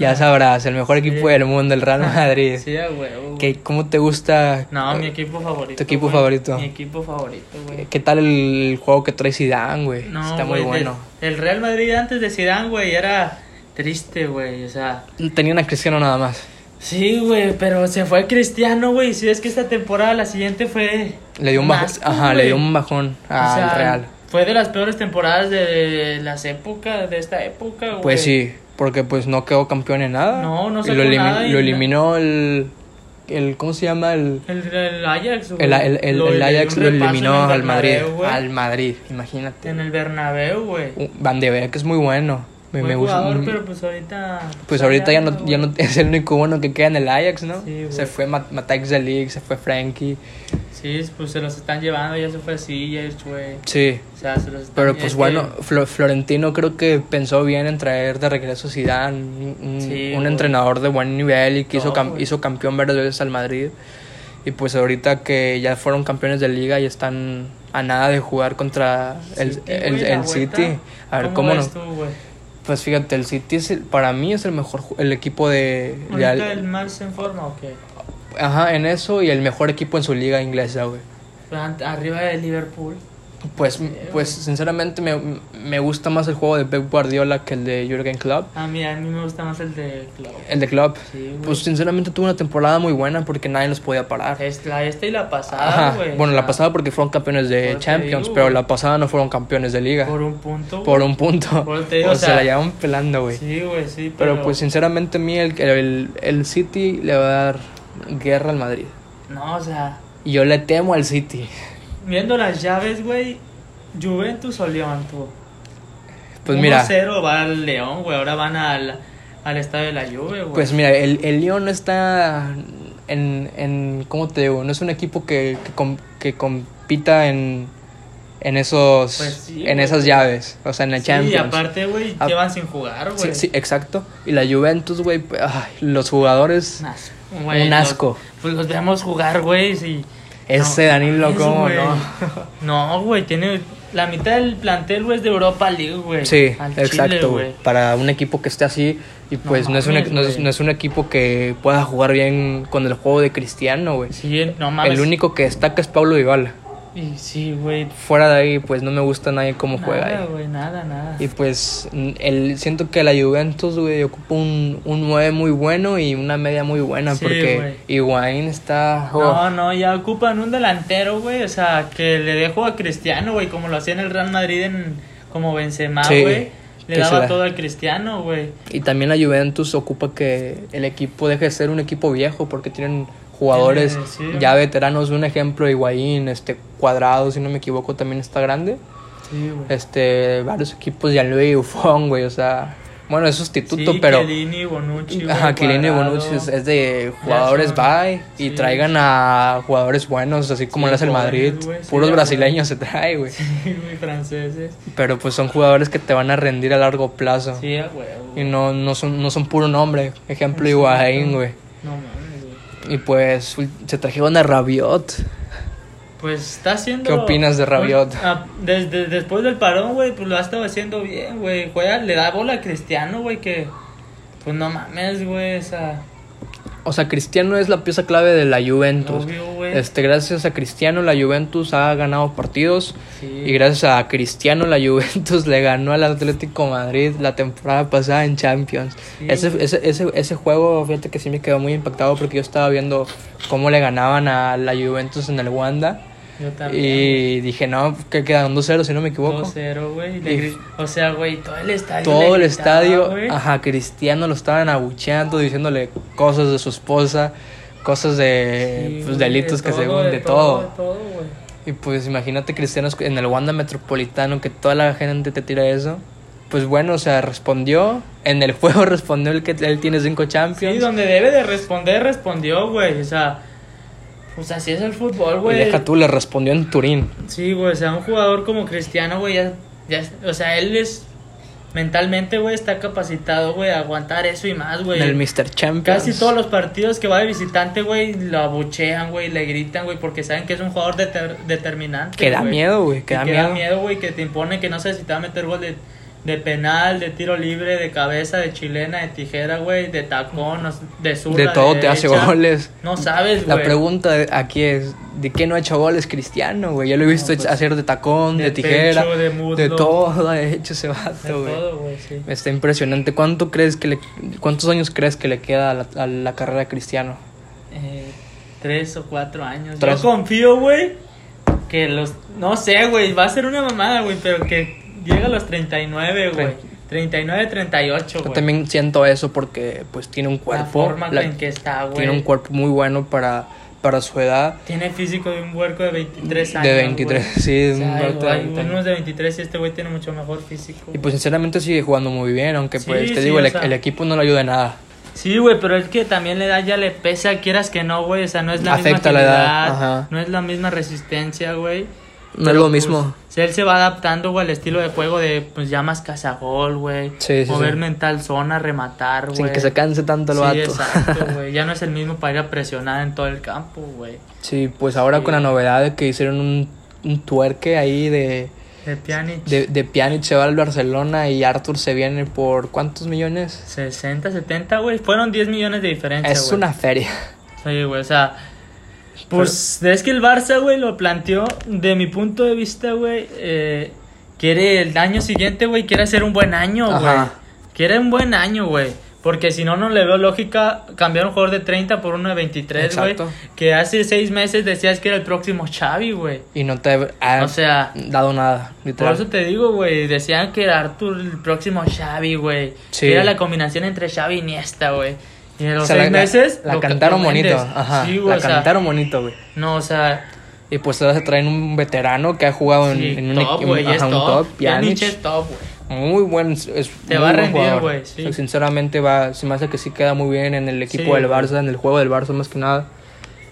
[SPEAKER 1] Ya sabrás, el mejor equipo del mundo, el Real Madrid.
[SPEAKER 2] Ah. Sí, a huevo. güey.
[SPEAKER 1] ¿Qué- ¿Cómo te gusta?
[SPEAKER 2] No, mi equipo favorito.
[SPEAKER 1] ¿Tu equipo
[SPEAKER 2] güey.
[SPEAKER 1] favorito?
[SPEAKER 2] Mi equipo favorito, güey.
[SPEAKER 1] ¿Qué tal el juego que trae Zidane, güey?
[SPEAKER 2] No,
[SPEAKER 1] Está muy
[SPEAKER 2] güey, de-
[SPEAKER 1] bueno.
[SPEAKER 2] El Real Madrid antes de Zidane, güey, era triste, güey. O sea,
[SPEAKER 1] Tenían a Cristiano nada más.
[SPEAKER 2] sí, güey, pero se fue Cristiano, güey. Si ves que esta temporada, la siguiente fue.
[SPEAKER 1] Le dio un bajón.
[SPEAKER 2] asco,
[SPEAKER 1] Ajá,
[SPEAKER 2] güey.
[SPEAKER 1] le dio un bajón
[SPEAKER 2] O
[SPEAKER 1] al
[SPEAKER 2] sea,
[SPEAKER 1] Real.
[SPEAKER 2] Fue de las peores temporadas de las épocas, de esta época, güey.
[SPEAKER 1] Pues sí, porque pues no quedó campeón en nada.
[SPEAKER 2] No, no
[SPEAKER 1] Y
[SPEAKER 2] sacó
[SPEAKER 1] lo, elimi-
[SPEAKER 2] nada y-
[SPEAKER 1] lo eliminó el, el. ¿Cómo se llama? El,
[SPEAKER 2] El, el Ajax, güey.
[SPEAKER 1] el, el- el-
[SPEAKER 2] Lo-
[SPEAKER 1] el
[SPEAKER 2] le dio
[SPEAKER 1] Ajax
[SPEAKER 2] un
[SPEAKER 1] lo
[SPEAKER 2] repaso en
[SPEAKER 1] eliminó
[SPEAKER 2] el
[SPEAKER 1] al Madrid.
[SPEAKER 2] Bernabéu, güey.
[SPEAKER 1] Al Madrid, imagínate.
[SPEAKER 2] En el Bernabéu, güey.
[SPEAKER 1] Un- Van de Beek es muy bueno. Me,
[SPEAKER 2] Buen
[SPEAKER 1] me gusta.
[SPEAKER 2] jugador,
[SPEAKER 1] mm,
[SPEAKER 2] pero pues ahorita...
[SPEAKER 1] Pues ahorita ya no, ya no es el único bueno que queda en el Ajax, ¿no?
[SPEAKER 2] Sí, güey.
[SPEAKER 1] se fue Mat Matthijs de Ligt, se fue Frankie.
[SPEAKER 2] Sí, pues se los están llevando, ya se fue Sillers, güey.
[SPEAKER 1] Sí.
[SPEAKER 2] O sea, se los están...
[SPEAKER 1] Pero pues
[SPEAKER 2] es que-
[SPEAKER 1] bueno, Flo- Florentino creo que pensó bien en traer de regreso a Zidane, un, un-
[SPEAKER 2] Sí,
[SPEAKER 1] un
[SPEAKER 2] güey.
[SPEAKER 1] entrenador de buen nivel y que hizo,
[SPEAKER 2] No,
[SPEAKER 1] cam-
[SPEAKER 2] güey.
[SPEAKER 1] hizo campeón varias veces al Madrid. Y pues ahorita que ya fueron campeones de liga y están a nada de jugar contra el,
[SPEAKER 2] City,
[SPEAKER 1] el-
[SPEAKER 2] güey,
[SPEAKER 1] el
[SPEAKER 2] la
[SPEAKER 1] City.
[SPEAKER 2] vuelta.
[SPEAKER 1] A ver, ¿cómo, no?
[SPEAKER 2] ves tú, güey?
[SPEAKER 1] Pues fíjate, el City es el- para mí es el mejor ju- el equipo de... de
[SPEAKER 2] ¿Ahorita
[SPEAKER 1] al-
[SPEAKER 2] el Max en forma o qué?
[SPEAKER 1] ajá, en eso y el mejor equipo en su liga inglesa, güey.
[SPEAKER 2] Pues, Ant- Arriba de Liverpool.
[SPEAKER 1] Pues, pues sinceramente me, me gusta más el juego de Pep Guardiola que el de Jürgen Klopp.
[SPEAKER 2] A mí, Ah, a mí me gusta más el de Klopp.
[SPEAKER 1] El de Klopp.
[SPEAKER 2] Sí, güey.
[SPEAKER 1] Pues sinceramente tuvo una temporada muy buena porque nadie los podía parar.
[SPEAKER 2] Es la esta y la pasada,
[SPEAKER 1] Ajá.
[SPEAKER 2] güey.
[SPEAKER 1] Bueno,
[SPEAKER 2] o
[SPEAKER 1] la
[SPEAKER 2] sea,
[SPEAKER 1] pasada porque fueron campeones
[SPEAKER 2] por
[SPEAKER 1] de
[SPEAKER 2] eso te
[SPEAKER 1] Champions,
[SPEAKER 2] digo,
[SPEAKER 1] pero
[SPEAKER 2] güey.
[SPEAKER 1] la pasada no fueron campeones de liga.
[SPEAKER 2] Por un punto.
[SPEAKER 1] Por
[SPEAKER 2] güey.
[SPEAKER 1] un punto.
[SPEAKER 2] Por eso te digo,
[SPEAKER 1] o
[SPEAKER 2] o
[SPEAKER 1] sea,
[SPEAKER 2] sea,
[SPEAKER 1] la llevan pelando, güey.
[SPEAKER 2] Sí, güey, sí.
[SPEAKER 1] pero, pues sinceramente a mí el, el, el City le va a dar guerra al Madrid.
[SPEAKER 2] No, o sea,
[SPEAKER 1] Y yo le temo al City.
[SPEAKER 2] viendo las llaves, güey, Juventus o León, tú.
[SPEAKER 1] Pues mira,
[SPEAKER 2] 1-0 va al León, güey. Ahora van al, al estadio de la Juve, güey.
[SPEAKER 1] pues mira, el, el Lyon no está en, en, ¿cómo te digo? No es un equipo que, que, com- que compita en, en esos,
[SPEAKER 2] Pues sí,
[SPEAKER 1] en
[SPEAKER 2] güey.
[SPEAKER 1] esas llaves, o sea, en la
[SPEAKER 2] Sí, y
[SPEAKER 1] Champions.
[SPEAKER 2] aparte, güey,
[SPEAKER 1] Ah,
[SPEAKER 2] llevan sin jugar,
[SPEAKER 1] Sí,
[SPEAKER 2] güey.
[SPEAKER 1] sí, exacto. Y la Juventus, güey, pues, ay, los jugadores,
[SPEAKER 2] Un asco. güey,
[SPEAKER 1] Un
[SPEAKER 2] los-
[SPEAKER 1] asco.
[SPEAKER 2] pues los veamos jugar, güey, sí.
[SPEAKER 1] ese
[SPEAKER 2] No,
[SPEAKER 1] Danilo,
[SPEAKER 2] mames,
[SPEAKER 1] ¿cómo
[SPEAKER 2] güey.
[SPEAKER 1] no?
[SPEAKER 2] No, güey, tiene... La mitad del plantel, güey, es de Europa League, güey.
[SPEAKER 1] Sí,
[SPEAKER 2] Al Chile,
[SPEAKER 1] exacto, güey. Para un equipo que esté así, y pues no, es un,
[SPEAKER 2] mames,
[SPEAKER 1] no, es,
[SPEAKER 2] güey.
[SPEAKER 1] no es un equipo que pueda jugar bien con el juego de Cristiano, güey.
[SPEAKER 2] Sí, no mames.
[SPEAKER 1] El único que destaca es Pablo Dybala.
[SPEAKER 2] Y sí, güey.
[SPEAKER 1] Fuera de ahí, pues no me gusta nadie cómo juega
[SPEAKER 2] Nada,
[SPEAKER 1] ahí.
[SPEAKER 2] güey, nada, nada.
[SPEAKER 1] Y pues n- el, siento que la Juventus, güey, ocupa un, un 9 muy bueno y una media muy buena
[SPEAKER 2] Sí,
[SPEAKER 1] porque
[SPEAKER 2] güey.
[SPEAKER 1] Higuaín está... oh,
[SPEAKER 2] No, no, ya ocupan un delantero, güey. O sea, que le dejo a Cristiano, güey, como lo hacía en el Real Madrid en, como Benzema,
[SPEAKER 1] Sí,
[SPEAKER 2] güey.
[SPEAKER 1] que
[SPEAKER 2] Le
[SPEAKER 1] se
[SPEAKER 2] daba
[SPEAKER 1] la-
[SPEAKER 2] todo a Cristiano, güey.
[SPEAKER 1] Y también la Juventus ocupa que el equipo deje de ser un equipo viejo porque tienen jugadores
[SPEAKER 2] Eh, sí.
[SPEAKER 1] ya veteranos, un ejemplo Higuaín, este Cuadrado, si no me equivoco, también está grande.
[SPEAKER 2] Sí, güey.
[SPEAKER 1] Este, varios equipos ya Luis Buffon, güey, o sea, bueno, es sustituto,
[SPEAKER 2] Sí,
[SPEAKER 1] pero
[SPEAKER 2] Chiellini, Bonucci, güey,
[SPEAKER 1] ajá, Chiellini y
[SPEAKER 2] Cuadrado.
[SPEAKER 1] Bonucci es, es de jugadores
[SPEAKER 2] son-
[SPEAKER 1] bye y
[SPEAKER 2] sí.
[SPEAKER 1] traigan a jugadores buenos, así como
[SPEAKER 2] Sí,
[SPEAKER 1] lo hace el Madrid,
[SPEAKER 2] jóvenes, güey, sí,
[SPEAKER 1] puros
[SPEAKER 2] ya,
[SPEAKER 1] brasileños se trae, güey.
[SPEAKER 2] Sí, güey, franceses.
[SPEAKER 1] Pero pues son jugadores que te van a rendir a largo plazo.
[SPEAKER 2] Sí, a huevo.
[SPEAKER 1] Y no, no, son, no son puro nombre. Ejemplo, Higuaín, güey.
[SPEAKER 2] No mames, güey.
[SPEAKER 1] Y pues ul- se trajeron a Rabiot.
[SPEAKER 2] Pues está haciendo.
[SPEAKER 1] ¿Qué opinas de Rabiot?
[SPEAKER 2] Ah, desde, después del parón, güey, pues lo ha estado haciendo bien, güey. Juega, le da bola a Cristiano, güey, que. Pues no mames, güey, esa.
[SPEAKER 1] O sea, Cristiano es la pieza clave de la Juventus.
[SPEAKER 2] Obvio, güey.
[SPEAKER 1] Este, gracias a Cristiano la Juventus ha ganado partidos.
[SPEAKER 2] Sí.
[SPEAKER 1] Y gracias a Cristiano la Juventus le ganó al Atlético Madrid la temporada pasada en Champions.
[SPEAKER 2] Sí,
[SPEAKER 1] Ese, ese, ese, ese juego, fíjate que sí me quedó muy impactado porque yo estaba viendo cómo le ganaban a la Juventus en el Wanda.
[SPEAKER 2] Yo también.
[SPEAKER 1] Y dije, no, que quedan 2-0 si no me equivoco.
[SPEAKER 2] 2-0, güey.
[SPEAKER 1] Y-
[SPEAKER 2] le gri- O sea, güey, todo el estadio.
[SPEAKER 1] todo
[SPEAKER 2] le
[SPEAKER 1] el
[SPEAKER 2] gritaba,
[SPEAKER 1] estadio,
[SPEAKER 2] güey.
[SPEAKER 1] ajá, Cristiano lo estaban abucheando, diciéndole cosas de su esposa, cosas de
[SPEAKER 2] Sí,
[SPEAKER 1] pues,
[SPEAKER 2] güey,
[SPEAKER 1] delitos que
[SPEAKER 2] todo,
[SPEAKER 1] según, de, todo.
[SPEAKER 2] De todo, güey.
[SPEAKER 1] Y pues imagínate Cristiano en el Wanda Metropolitano, que toda la gente te tira eso. Pues bueno, o sea, respondió, en el juego respondió el que él tiene cinco
[SPEAKER 2] Sí,
[SPEAKER 1] Champions.
[SPEAKER 2] donde debe de responder, respondió, güey. O sea, pues así es el fútbol,
[SPEAKER 1] y
[SPEAKER 2] güey.
[SPEAKER 1] deja tú, le respondió en Turín.
[SPEAKER 2] Sí, güey, o sea, un jugador como Cristiano, güey, ya, ya- o sea, él es mentalmente, güey, está capacitado, güey, a aguantar eso y más,
[SPEAKER 1] en el
[SPEAKER 2] güey.
[SPEAKER 1] Mr. Champions.
[SPEAKER 2] Casi todos los partidos que va de visitante, güey, lo abuchean, güey, le gritan, güey, porque saben que es un jugador deter- determinante.
[SPEAKER 1] Que da
[SPEAKER 2] güey.
[SPEAKER 1] miedo, güey,
[SPEAKER 2] Y
[SPEAKER 1] que da
[SPEAKER 2] da
[SPEAKER 1] miedo.
[SPEAKER 2] miedo, güey, que te impone que no sé si te va a meter gol de de penal, de tiro libre, de cabeza, de chilena, de tijera, güey, de tacón, no sé, de zurda,
[SPEAKER 1] De todo te hace
[SPEAKER 2] derecha.
[SPEAKER 1] goles.
[SPEAKER 2] No sabes,
[SPEAKER 1] La
[SPEAKER 2] güey.
[SPEAKER 1] pregunta aquí es, ¿de qué no ha hecho goles Cristiano, güey? Yo lo he visto
[SPEAKER 2] pues,
[SPEAKER 1] hacer de tacón, de,
[SPEAKER 2] de
[SPEAKER 1] tijera,
[SPEAKER 2] pecho, de muslo.
[SPEAKER 1] de todo ha hecho ese
[SPEAKER 2] De
[SPEAKER 1] vato, güey.
[SPEAKER 2] todo, güey, sí.
[SPEAKER 1] Está impresionante. ¿Cuánto crees que le, ¿Cuántos años crees que le queda a la, a la carrera de Cristiano?
[SPEAKER 2] Eh, tres o cuatro años.
[SPEAKER 1] Tres.
[SPEAKER 2] Yo confío, güey, que los... No sé, güey, va a ser una mamada, güey, pero que llega a los 39, güey. 39, 38,
[SPEAKER 1] Yo
[SPEAKER 2] güey.
[SPEAKER 1] también siento eso porque pues tiene un
[SPEAKER 2] La
[SPEAKER 1] cuerpo,
[SPEAKER 2] forma
[SPEAKER 1] la-
[SPEAKER 2] en que está, güey.
[SPEAKER 1] tiene un cuerpo muy bueno para, para su edad.
[SPEAKER 2] Tiene físico de un huerco de 23 años.
[SPEAKER 1] de 23,
[SPEAKER 2] güey.
[SPEAKER 1] sí, es
[SPEAKER 2] O sea,
[SPEAKER 1] un vato de
[SPEAKER 2] hay
[SPEAKER 1] 23.
[SPEAKER 2] unos de 23 y este güey tiene mucho mejor físico.
[SPEAKER 1] Y
[SPEAKER 2] güey.
[SPEAKER 1] pues sinceramente sigue jugando muy bien, aunque
[SPEAKER 2] Sí,
[SPEAKER 1] pues te
[SPEAKER 2] sí,
[SPEAKER 1] digo,
[SPEAKER 2] o
[SPEAKER 1] el,
[SPEAKER 2] sea.
[SPEAKER 1] el equipo no le ayuda en nada.
[SPEAKER 2] Sí, güey, pero es que también la edad ya le pesa, quieras que no, güey. O sea, no es la
[SPEAKER 1] Afecta la
[SPEAKER 2] misma
[SPEAKER 1] edad,
[SPEAKER 2] agilidad,
[SPEAKER 1] ajá.
[SPEAKER 2] no es la misma resistencia, güey.
[SPEAKER 1] No es lo mismo.
[SPEAKER 2] Pues, él se va adaptando, güey, al estilo de juego de, pues, llamas cazagol, güey.
[SPEAKER 1] Sí, sí,
[SPEAKER 2] Mover
[SPEAKER 1] sí.
[SPEAKER 2] mental zona, rematar, güey.
[SPEAKER 1] Sin que se canse tanto el
[SPEAKER 2] Sí,
[SPEAKER 1] vato.
[SPEAKER 2] exacto, güey. Ya no es el mismo para ir a presionar en todo el campo, güey.
[SPEAKER 1] Sí, pues ahora
[SPEAKER 2] Sí.
[SPEAKER 1] con la novedad de que hicieron un, un tuerque ahí de,
[SPEAKER 2] De Pjanic.
[SPEAKER 1] de, de Pjanic se va al Barcelona y Arthur se viene por ¿cuántos millones?
[SPEAKER 2] 60, 70, güey. Fueron 10 millones de diferencia,
[SPEAKER 1] Es
[SPEAKER 2] güey.
[SPEAKER 1] una feria.
[SPEAKER 2] Sí, güey, o sea. Pues es que el Barça, güey, lo planteó, de mi punto de vista, güey, eh, quiere el año siguiente, güey, quiere hacer un buen año, güey.
[SPEAKER 1] Ajá.
[SPEAKER 2] Quiere un buen año, güey. Porque si no, no le veo lógica cambiar un jugador de 30 por uno de 23, güey.
[SPEAKER 1] Exacto.
[SPEAKER 2] Que hace seis meses decías que era el próximo Xavi, güey.
[SPEAKER 1] Y no te ha
[SPEAKER 2] O sea,
[SPEAKER 1] dado nada,
[SPEAKER 2] por
[SPEAKER 1] Ah, literal.
[SPEAKER 2] eso te digo, güey, decían que era Arthur el próximo Xavi, güey.
[SPEAKER 1] Sí.
[SPEAKER 2] Que era la combinación entre Xavi y Iniesta, güey. Y en los
[SPEAKER 1] O sea,
[SPEAKER 2] seis
[SPEAKER 1] la,
[SPEAKER 2] meses...
[SPEAKER 1] la
[SPEAKER 2] lo-
[SPEAKER 1] cantaron
[SPEAKER 2] lo
[SPEAKER 1] bonito,
[SPEAKER 2] vendes.
[SPEAKER 1] ajá.
[SPEAKER 2] Sí, güey,
[SPEAKER 1] la
[SPEAKER 2] o sea,
[SPEAKER 1] cantaron bonito, güey.
[SPEAKER 2] No, o sea,
[SPEAKER 1] Y pues ahora se traen un veterano que ha jugado en-
[SPEAKER 2] sí,
[SPEAKER 1] en, un
[SPEAKER 2] top,
[SPEAKER 1] equi-
[SPEAKER 2] güey,
[SPEAKER 1] ajá,
[SPEAKER 2] es
[SPEAKER 1] un
[SPEAKER 2] top.
[SPEAKER 1] Pjanic.
[SPEAKER 2] Pjanic es top, güey.
[SPEAKER 1] Muy buen. Es
[SPEAKER 2] Te
[SPEAKER 1] muy
[SPEAKER 2] va
[SPEAKER 1] buen
[SPEAKER 2] rendido,
[SPEAKER 1] jugador.
[SPEAKER 2] güey, sí.
[SPEAKER 1] O sea, sinceramente, va, se me hace que sí queda muy bien en el equipo
[SPEAKER 2] Sí,
[SPEAKER 1] del
[SPEAKER 2] güey.
[SPEAKER 1] Barça, en el juego del Barça más que nada.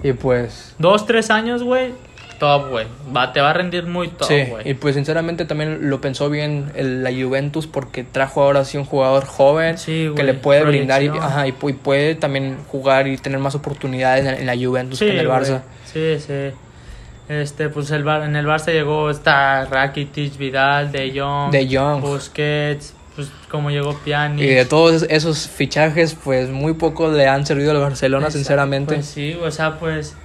[SPEAKER 1] Y pues.
[SPEAKER 2] Dos, tres años, güey, top, güey. Va, te va a rendir muy top,
[SPEAKER 1] sí,
[SPEAKER 2] güey.
[SPEAKER 1] y pues sinceramente también lo pensó bien el- la Juventus porque trajo ahora sí un jugador joven
[SPEAKER 2] Sí,
[SPEAKER 1] que
[SPEAKER 2] güey,
[SPEAKER 1] le puede brindar y,
[SPEAKER 2] proyección.
[SPEAKER 1] ajá, y, pu- y puede también jugar y tener más oportunidades en, en la Juventus que pues en el
[SPEAKER 2] güey.
[SPEAKER 1] Barça.
[SPEAKER 2] Sí, sí. Este, pues el Bar- en el Barça llegó está Rakitic, Vidal, De Jong,
[SPEAKER 1] De Jong.
[SPEAKER 2] Busquets, pues como llegó Pjanic.
[SPEAKER 1] Y de todos esos fichajes, pues muy poco le han servido al Barcelona,
[SPEAKER 2] Exacto,
[SPEAKER 1] sinceramente.
[SPEAKER 2] Pues sí, o sea, pues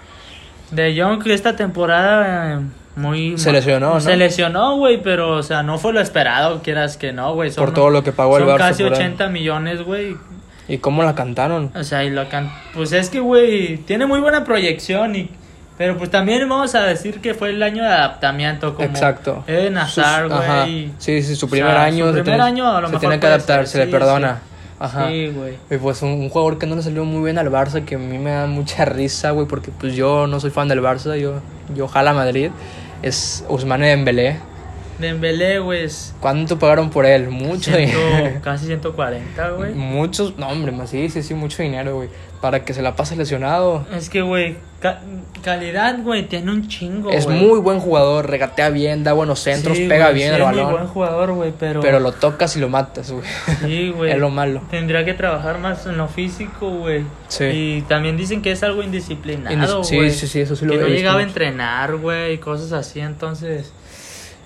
[SPEAKER 2] De Jong que esta temporada eh, muy
[SPEAKER 1] Se lesionó, ¿no?
[SPEAKER 2] Se lesionó, güey, pero o sea, no fue lo esperado, quieras que no, güey. Son-
[SPEAKER 1] por todo lo que pagó el
[SPEAKER 2] Son
[SPEAKER 1] Barça.
[SPEAKER 2] casi
[SPEAKER 1] por él.
[SPEAKER 2] 80 millones, güey.
[SPEAKER 1] ¿Y cómo la cantaron?
[SPEAKER 2] O sea, y lo can... Pues es que, güey, tiene muy buena proyección y... Pero pues también vamos a decir que fue el año de adaptamiento, como...
[SPEAKER 1] Exacto.
[SPEAKER 2] Eden Hazard,
[SPEAKER 1] Sus- ajá.
[SPEAKER 2] güey.
[SPEAKER 1] Sí, sí, su
[SPEAKER 2] O
[SPEAKER 1] primer
[SPEAKER 2] sea,
[SPEAKER 1] año.
[SPEAKER 2] su
[SPEAKER 1] se
[SPEAKER 2] primer
[SPEAKER 1] tiene-
[SPEAKER 2] año a lo
[SPEAKER 1] se
[SPEAKER 2] mejor
[SPEAKER 1] tiene que
[SPEAKER 2] puede
[SPEAKER 1] adaptar,
[SPEAKER 2] ser,
[SPEAKER 1] se le
[SPEAKER 2] sí,
[SPEAKER 1] perdona.
[SPEAKER 2] sí.
[SPEAKER 1] Ajá.
[SPEAKER 2] Sí, güey.
[SPEAKER 1] Y pues un, un jugador que no le salió muy bien al Barça, que a mí me da mucha risa, güey, porque pues yo no soy fan del Barça, yo, yo jala a Madrid, es Ousmane Dembélé.
[SPEAKER 2] Dembélé, güey, es...
[SPEAKER 1] ¿Cuánto pagaron por él? Mucho dinero.
[SPEAKER 2] ciento- Casi 140, güey.
[SPEAKER 1] Muchos, no hombre, más sí, sí, sí, mucho dinero, güey. Para que se la pase lesionado.
[SPEAKER 2] Es que, güey, ca- calidad, güey, tiene un chingo,
[SPEAKER 1] es
[SPEAKER 2] güey.
[SPEAKER 1] muy buen jugador, regatea bien, da buenos centros,
[SPEAKER 2] Sí,
[SPEAKER 1] pega
[SPEAKER 2] güey,
[SPEAKER 1] bien
[SPEAKER 2] sí,
[SPEAKER 1] el
[SPEAKER 2] es muy buen
[SPEAKER 1] balón.
[SPEAKER 2] jugador, güey, pero...
[SPEAKER 1] Pero lo tocas y lo matas, güey.
[SPEAKER 2] Sí, güey.
[SPEAKER 1] Es lo malo.
[SPEAKER 2] Tendría que trabajar más en lo físico, güey.
[SPEAKER 1] Sí.
[SPEAKER 2] Y también dicen que es algo indisciplinado,
[SPEAKER 1] Indis- sí,
[SPEAKER 2] güey.
[SPEAKER 1] sí, sí, eso sí lo
[SPEAKER 2] Que
[SPEAKER 1] he
[SPEAKER 2] no
[SPEAKER 1] visto
[SPEAKER 2] llegaba a
[SPEAKER 1] mucho.
[SPEAKER 2] entrenar, güey, y cosas así, entonces...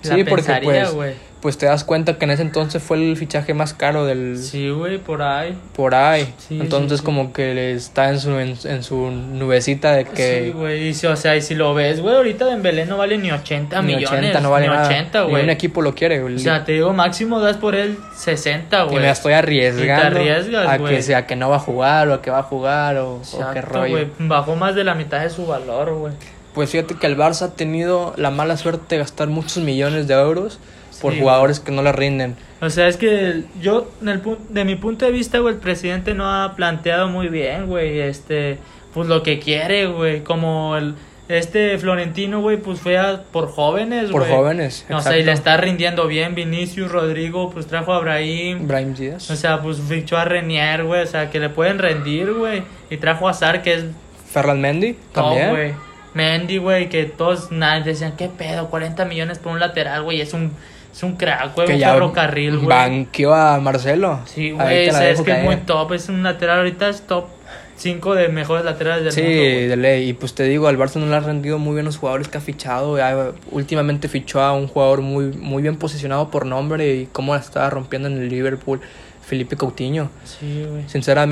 [SPEAKER 2] La
[SPEAKER 1] Sí, porque
[SPEAKER 2] pensaría,
[SPEAKER 1] pues,
[SPEAKER 2] güey.
[SPEAKER 1] pues te das cuenta que en ese entonces fue el fichaje más caro del
[SPEAKER 2] Sí, güey, por ahí.
[SPEAKER 1] por ahí.
[SPEAKER 2] Sí,
[SPEAKER 1] entonces
[SPEAKER 2] sí, sí.
[SPEAKER 1] como que le está en su en, en su nubecita de
[SPEAKER 2] Sí,
[SPEAKER 1] que
[SPEAKER 2] güey, y si- o sea, y si lo ves, güey, ahorita en Belén no vale ni 80
[SPEAKER 1] ni
[SPEAKER 2] millones.
[SPEAKER 1] 80 no vale
[SPEAKER 2] ni
[SPEAKER 1] nada.
[SPEAKER 2] 80,
[SPEAKER 1] Ni un
[SPEAKER 2] güey.
[SPEAKER 1] equipo lo quiere. güey.
[SPEAKER 2] O sea, te digo, máximo das por él 60,
[SPEAKER 1] y
[SPEAKER 2] güey.
[SPEAKER 1] me estoy arriesgando
[SPEAKER 2] arriesgas,
[SPEAKER 1] a
[SPEAKER 2] güey.
[SPEAKER 1] que sea que no va a jugar o a que va a jugar o, o Oh, qué
[SPEAKER 2] Exacto,
[SPEAKER 1] rollo.
[SPEAKER 2] güey. Bajó más de la mitad de su valor, güey.
[SPEAKER 1] Pues fíjate que el Barça ha tenido la mala suerte de gastar muchos millones de euros por
[SPEAKER 2] Sí,
[SPEAKER 1] jugadores que no le rinden.
[SPEAKER 2] O sea, es que el- yo, en el pun- de mi punto de vista, güey, el presidente no ha planteado muy bien, güey, este, pues lo que quiere, güey, como el, este Florentino, güey, pues fue a- por jóvenes,
[SPEAKER 1] Por
[SPEAKER 2] güey.
[SPEAKER 1] jóvenes,
[SPEAKER 2] O sea, y le
[SPEAKER 1] exacto.
[SPEAKER 2] está rindiendo bien Vinicius, Rodrigo, pues trajo a Brahim,
[SPEAKER 1] Brahim Díaz.
[SPEAKER 2] o sea, pues fichó a Renier, güey, o sea, que le pueden rendir, güey, y trajo a Sar, que es
[SPEAKER 1] Ferran Mendy
[SPEAKER 2] top,
[SPEAKER 1] también.
[SPEAKER 2] güey. Mendy, güey, que todos nadie decían, ¿qué pedo? 40 millones por un lateral, güey, es un, es un crack, güey, un ferrocarril, güey.
[SPEAKER 1] banqueó a Marcelo.
[SPEAKER 2] Sí,
[SPEAKER 1] Ahí
[SPEAKER 2] güey,
[SPEAKER 1] te
[SPEAKER 2] o
[SPEAKER 1] la
[SPEAKER 2] sea, es
[SPEAKER 1] dejo
[SPEAKER 2] que es
[SPEAKER 1] caer.
[SPEAKER 2] muy top, es un lateral ahorita es top cinco de mejores laterales del
[SPEAKER 1] sí,
[SPEAKER 2] mundo. güey.
[SPEAKER 1] de ley. Y pues te digo, al Barça no le ha rendido muy bien los jugadores que ha fichado. Ya, últimamente fichó a un jugador muy, muy bien posicionado por nombre y cómo la estaba rompiendo en el Liverpool, Felipe Coutinho.
[SPEAKER 2] Sí, güey.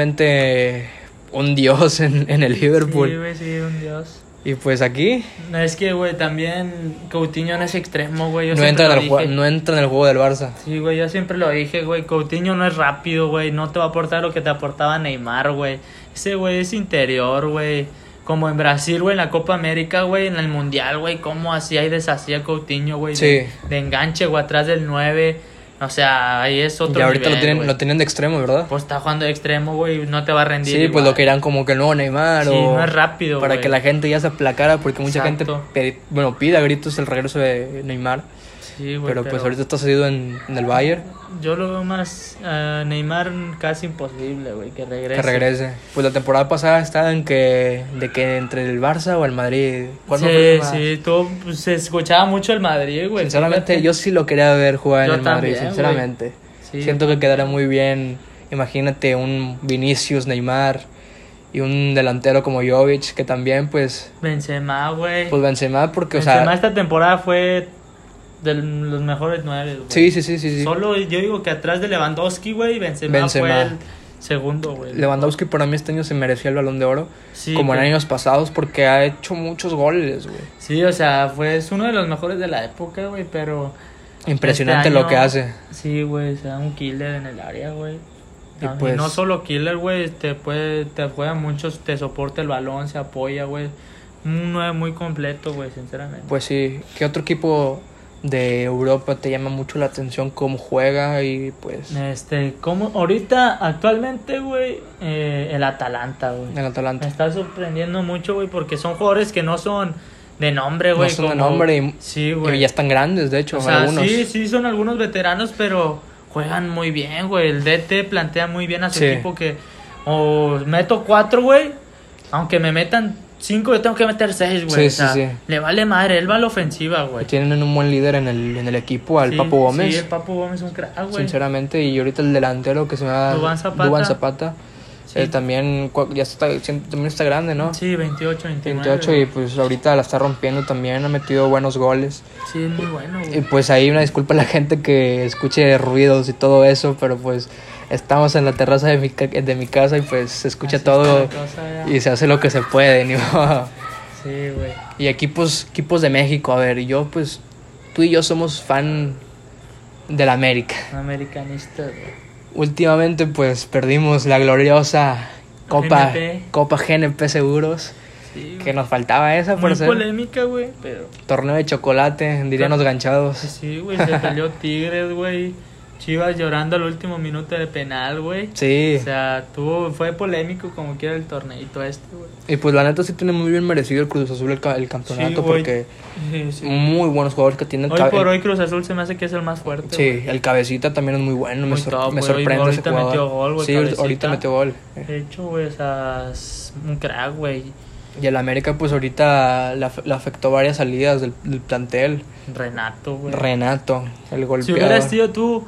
[SPEAKER 1] Sinceramente, un dios en, en el
[SPEAKER 2] Sí,
[SPEAKER 1] Liverpool.
[SPEAKER 2] güey, sí, un dios.
[SPEAKER 1] Y pues aquí
[SPEAKER 2] No, es que, güey, también Coutinho no es extremo, güey. Yo
[SPEAKER 1] no
[SPEAKER 2] siempre
[SPEAKER 1] entra, en
[SPEAKER 2] lo
[SPEAKER 1] el, jue-
[SPEAKER 2] dije.
[SPEAKER 1] no entra en el juego del Barça.
[SPEAKER 2] Sí, güey, yo siempre lo dije, güey. Coutinho no es rápido, güey. No te va a aportar lo que te aportaba Neymar, güey. Ese güey es interior, güey. Como en Brasil, güey, en la Copa América, güey, en el Mundial, güey, cómo hacía y deshacía Coutinho, güey. De, de enganche, güey, atrás del 9. O sea, ahí es otro.
[SPEAKER 1] Y ahorita
[SPEAKER 2] nivel,
[SPEAKER 1] lo, tienen,
[SPEAKER 2] güey.
[SPEAKER 1] lo tienen de extremo, ¿verdad?
[SPEAKER 2] Pues está jugando de extremo, güey, no te va a rendir.
[SPEAKER 1] Sí, pues
[SPEAKER 2] igual.
[SPEAKER 1] lo que eran como que el nuevo Neymar
[SPEAKER 2] Sí,
[SPEAKER 1] o
[SPEAKER 2] no es rápido,
[SPEAKER 1] para
[SPEAKER 2] güey.
[SPEAKER 1] que la gente ya se aplacara porque mucha
[SPEAKER 2] Exacto.
[SPEAKER 1] gente pe- bueno, pide a gritos el regreso de Neymar,
[SPEAKER 2] Sí, güey.
[SPEAKER 1] pero, pues ahorita está cedido en, en el Bayern,
[SPEAKER 2] Yo lo veo más. a Neymar casi imposible, güey, que regrese.
[SPEAKER 1] que regrese. Pues la temporada pasada estaba en que de que entre el Barça o el Madrid, ¿cuál me
[SPEAKER 2] Sí,
[SPEAKER 1] ofrece más?
[SPEAKER 2] sí, todo, pues, se escuchaba mucho el Madrid, güey.
[SPEAKER 1] Sinceramente
[SPEAKER 2] fíjate.
[SPEAKER 1] yo sí lo quería ver jugar
[SPEAKER 2] Yo
[SPEAKER 1] en el Madrid,
[SPEAKER 2] también, güey.
[SPEAKER 1] sinceramente.
[SPEAKER 2] Sí.
[SPEAKER 1] Siento que quedaría muy bien, imagínate un Vinicius, Neymar y un delantero como Jovic que también pues
[SPEAKER 2] Benzema, güey.
[SPEAKER 1] pues Benzema porque o sea,
[SPEAKER 2] Benzema esta temporada fue de los mejores nueve, güey.
[SPEAKER 1] Sí, sí, sí, sí. sí.
[SPEAKER 2] Solo yo digo que atrás de Lewandowski, güey, Benzema,
[SPEAKER 1] Benzema.
[SPEAKER 2] fue el segundo, güey.
[SPEAKER 1] Lewandowski para mí este año se mereció el balón de oro,
[SPEAKER 2] Sí,
[SPEAKER 1] como en
[SPEAKER 2] güey.
[SPEAKER 1] años pasados, porque ha hecho muchos goles, güey.
[SPEAKER 2] Sí, o sea, fue es uno de los mejores de la época, güey, pero
[SPEAKER 1] Impresionante
[SPEAKER 2] este
[SPEAKER 1] lo que
[SPEAKER 2] año-
[SPEAKER 1] hace.
[SPEAKER 2] Sí, güey, o sea, un killer en el área, güey.
[SPEAKER 1] Y
[SPEAKER 2] Ah, Y,
[SPEAKER 1] pues-
[SPEAKER 2] no solo killer, güey, te puede te juega mucho, te soporta el balón, se apoya, güey. Un 9 muy completo, güey, sinceramente.
[SPEAKER 1] Pues sí, ¿qué otro equipo de Europa te llama mucho la atención cómo juega y pues
[SPEAKER 2] Este, como ahorita actualmente, güey, eh, el Atalanta, güey.
[SPEAKER 1] el
[SPEAKER 2] Me
[SPEAKER 1] Atalanta?
[SPEAKER 2] está sorprendiendo mucho, güey, porque son jugadores que no son de nombre, güey.
[SPEAKER 1] no son de nombre y,
[SPEAKER 2] Sí,
[SPEAKER 1] y
[SPEAKER 2] güey.
[SPEAKER 1] ya están grandes, de hecho,
[SPEAKER 2] O sea,
[SPEAKER 1] algunos.
[SPEAKER 2] sí, sí, son algunos veteranos, pero juegan muy bien, güey. El DT plantea muy bien a su
[SPEAKER 1] Sí.
[SPEAKER 2] equipo que o meto cuatro, güey. Aunque me metan cinco, yo tengo que meter seis, güey.
[SPEAKER 1] Sí,
[SPEAKER 2] o sea,
[SPEAKER 1] sí, sí.
[SPEAKER 2] Le vale madre, él va a la ofensiva, güey.
[SPEAKER 1] Tienen un buen líder en el, en el equipo, al
[SPEAKER 2] Sí,
[SPEAKER 1] Papo Gómez,
[SPEAKER 2] Sí, el Papo Gómez es un crack, güey.
[SPEAKER 1] sinceramente, y ahorita el delantero que se llama
[SPEAKER 2] Duván Zapata.
[SPEAKER 1] Zapata,
[SPEAKER 2] Sí.
[SPEAKER 1] eh, también cua- ya está, también está grande, ¿no?
[SPEAKER 2] Sí, 28, 29.
[SPEAKER 1] 28 y
[SPEAKER 2] güey.
[SPEAKER 1] pues ahorita la está rompiendo también, ha metido buenos goles.
[SPEAKER 2] Sí, es muy bueno,
[SPEAKER 1] Y
[SPEAKER 2] güey.
[SPEAKER 1] pues ahí una disculpa a la gente que escuche ruidos y todo eso, pero pues estamos en la terraza de mi, ca- de mi casa y pues se escucha
[SPEAKER 2] Así
[SPEAKER 1] todo
[SPEAKER 2] está la cosa, ya.
[SPEAKER 1] y se hace lo que se puede. ni modo.
[SPEAKER 2] Sí, güey.
[SPEAKER 1] Y equipos, equipos de México, a ver, yo pues tú y yo somos fan del América.
[SPEAKER 2] Americanista, güey.
[SPEAKER 1] Últimamente pues perdimos la gloriosa Copa
[SPEAKER 2] GNP.
[SPEAKER 1] Copa GNP Seguros,
[SPEAKER 2] Sí,
[SPEAKER 1] que nos faltaba esa por
[SPEAKER 2] muy
[SPEAKER 1] ser-
[SPEAKER 2] polémica, güey, pero...
[SPEAKER 1] Torneo de chocolate, dirían los
[SPEAKER 2] Sí,
[SPEAKER 1] ganchados.
[SPEAKER 2] Sí, güey, se peleó Tigres, güey. Chivas llorando al último minuto de penal, güey.
[SPEAKER 1] Sí.
[SPEAKER 2] O sea, tuvo, fue polémico como quiera el torneito este, güey.
[SPEAKER 1] Y pues la neta sí tiene muy bien merecido el Cruz Azul el, ca- el campeonato
[SPEAKER 2] güey.
[SPEAKER 1] porque
[SPEAKER 2] Sí, sí.
[SPEAKER 1] muy buenos jugadores que tienen.
[SPEAKER 2] Hoy
[SPEAKER 1] Ca-
[SPEAKER 2] por
[SPEAKER 1] el-
[SPEAKER 2] hoy Cruz Azul se me hace que es el más fuerte.
[SPEAKER 1] Sí,
[SPEAKER 2] güey.
[SPEAKER 1] el cabecita también es muy bueno, me,
[SPEAKER 2] Muy
[SPEAKER 1] sor-
[SPEAKER 2] top,
[SPEAKER 1] me
[SPEAKER 2] güey.
[SPEAKER 1] sorprende
[SPEAKER 2] Ahorita
[SPEAKER 1] ese jugador.
[SPEAKER 2] metió gol, güey,
[SPEAKER 1] sí, ahor- ahorita
[SPEAKER 2] Cabecita.
[SPEAKER 1] metió gol. Eh.
[SPEAKER 2] De hecho, güey, o sea, es un crack, güey.
[SPEAKER 1] Y el América pues ahorita le, af- le afectó varias salidas del, del plantel.
[SPEAKER 2] Renato, güey.
[SPEAKER 1] Renato, el
[SPEAKER 2] si
[SPEAKER 1] golpeador.
[SPEAKER 2] hubieras sido tú,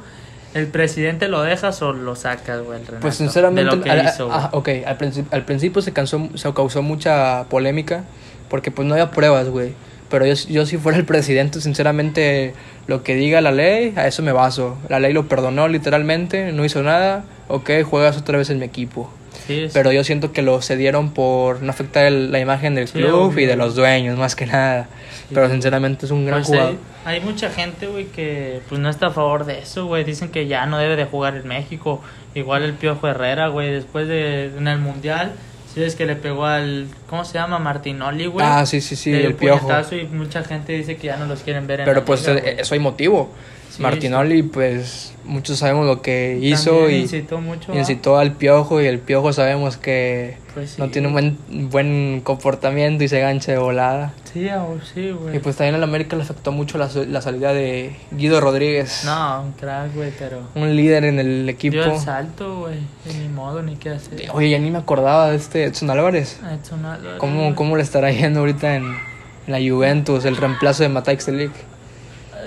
[SPEAKER 2] ¿el presidente lo dejas o lo sacas, güey, el Renato?
[SPEAKER 1] pues sinceramente,
[SPEAKER 2] De lo que
[SPEAKER 1] al,
[SPEAKER 2] hizo, güey.
[SPEAKER 1] ah, ok, al, princi- al principio se, cansó, se causó mucha polémica porque pues no había pruebas, güey. Pero yo, yo si fuera el presidente, sinceramente, lo que diga la ley, a eso me baso. La ley lo perdonó literalmente, no hizo nada, ok, juegas otra vez en mi equipo.
[SPEAKER 2] Sí, sí.
[SPEAKER 1] Pero yo siento que lo cedieron por no afectar el- la imagen del
[SPEAKER 2] Sí,
[SPEAKER 1] club y
[SPEAKER 2] obvio.
[SPEAKER 1] de los dueños, más que nada. Pero sinceramente es un gran
[SPEAKER 2] Pues
[SPEAKER 1] jugador.
[SPEAKER 2] hay, hay mucha gente, güey, que pues no está a favor de eso, güey. Dicen que ya no debe de jugar en México. Igual el Piojo Herrera, güey, después de en el Mundial, sí es que le pegó al ¿cómo se llama? Martinoli, güey.
[SPEAKER 1] Ah, sí, sí, sí,
[SPEAKER 2] Le dio
[SPEAKER 1] el
[SPEAKER 2] un
[SPEAKER 1] piojo.
[SPEAKER 2] puñetazo y mucha gente dice que ya no los quieren ver en
[SPEAKER 1] Pero
[SPEAKER 2] la
[SPEAKER 1] pues
[SPEAKER 2] liga,
[SPEAKER 1] eh,
[SPEAKER 2] güey.
[SPEAKER 1] eso hay motivo.
[SPEAKER 2] Sí,
[SPEAKER 1] Martinoli, pues muchos sabemos lo que hizo
[SPEAKER 2] También
[SPEAKER 1] y
[SPEAKER 2] incitó mucho. ¿va?
[SPEAKER 1] incitó al piojo y el piojo sabemos que
[SPEAKER 2] Pues sí.
[SPEAKER 1] no tiene un buen, buen comportamiento y se gancha de volada.
[SPEAKER 2] Sí, ah, güey, sí, güey.
[SPEAKER 1] Y pues también al América le afectó mucho la, su- la salida de Guido Rodríguez,
[SPEAKER 2] No, un crack, güey, pero
[SPEAKER 1] un líder en el equipo.
[SPEAKER 2] dio el salto, güey. y Ni modo, ni qué hacer.
[SPEAKER 1] Oye, ya ni me acordaba de este Edson Álvarez.
[SPEAKER 2] Edson Álvarez, güey.
[SPEAKER 1] ¿Cómo, cómo le estará yendo ahorita en, en la Juventus, el reemplazo de Matej Celik?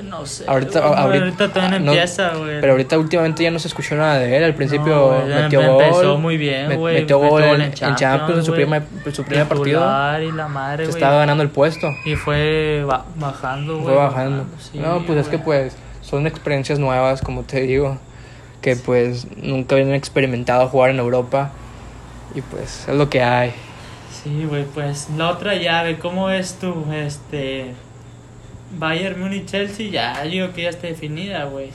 [SPEAKER 2] No sé.
[SPEAKER 1] Ahorita-
[SPEAKER 2] güey,
[SPEAKER 1] ahorita-
[SPEAKER 2] todavía no
[SPEAKER 1] no,
[SPEAKER 2] empieza, güey.
[SPEAKER 1] Pero ahorita últimamente ya no se escuchó nada de él. Al principio
[SPEAKER 2] No, güey,
[SPEAKER 1] metió
[SPEAKER 2] em-
[SPEAKER 1] gol.
[SPEAKER 2] empezó muy bien,
[SPEAKER 1] met-
[SPEAKER 2] güey,
[SPEAKER 1] Metió gol en, en Champions, en su
[SPEAKER 2] güey.
[SPEAKER 1] primer, en su primer partido.
[SPEAKER 2] Titular Y la madre,
[SPEAKER 1] Se
[SPEAKER 2] güey.
[SPEAKER 1] estaba ganando el puesto.
[SPEAKER 2] Y fue ba- bajando, güey.
[SPEAKER 1] Fue bajando.
[SPEAKER 2] sí,
[SPEAKER 1] no, pues es que
[SPEAKER 2] güey.
[SPEAKER 1] pues son experiencias nuevas, como te digo, que pues nunca habían experimentado jugar en Europa y pues es lo que hay.
[SPEAKER 2] Sí, güey, pues la otra llave, ¿cómo es tu, este... Bayern Múnich Chelsea, ya, yo creo que ya está definida, güey.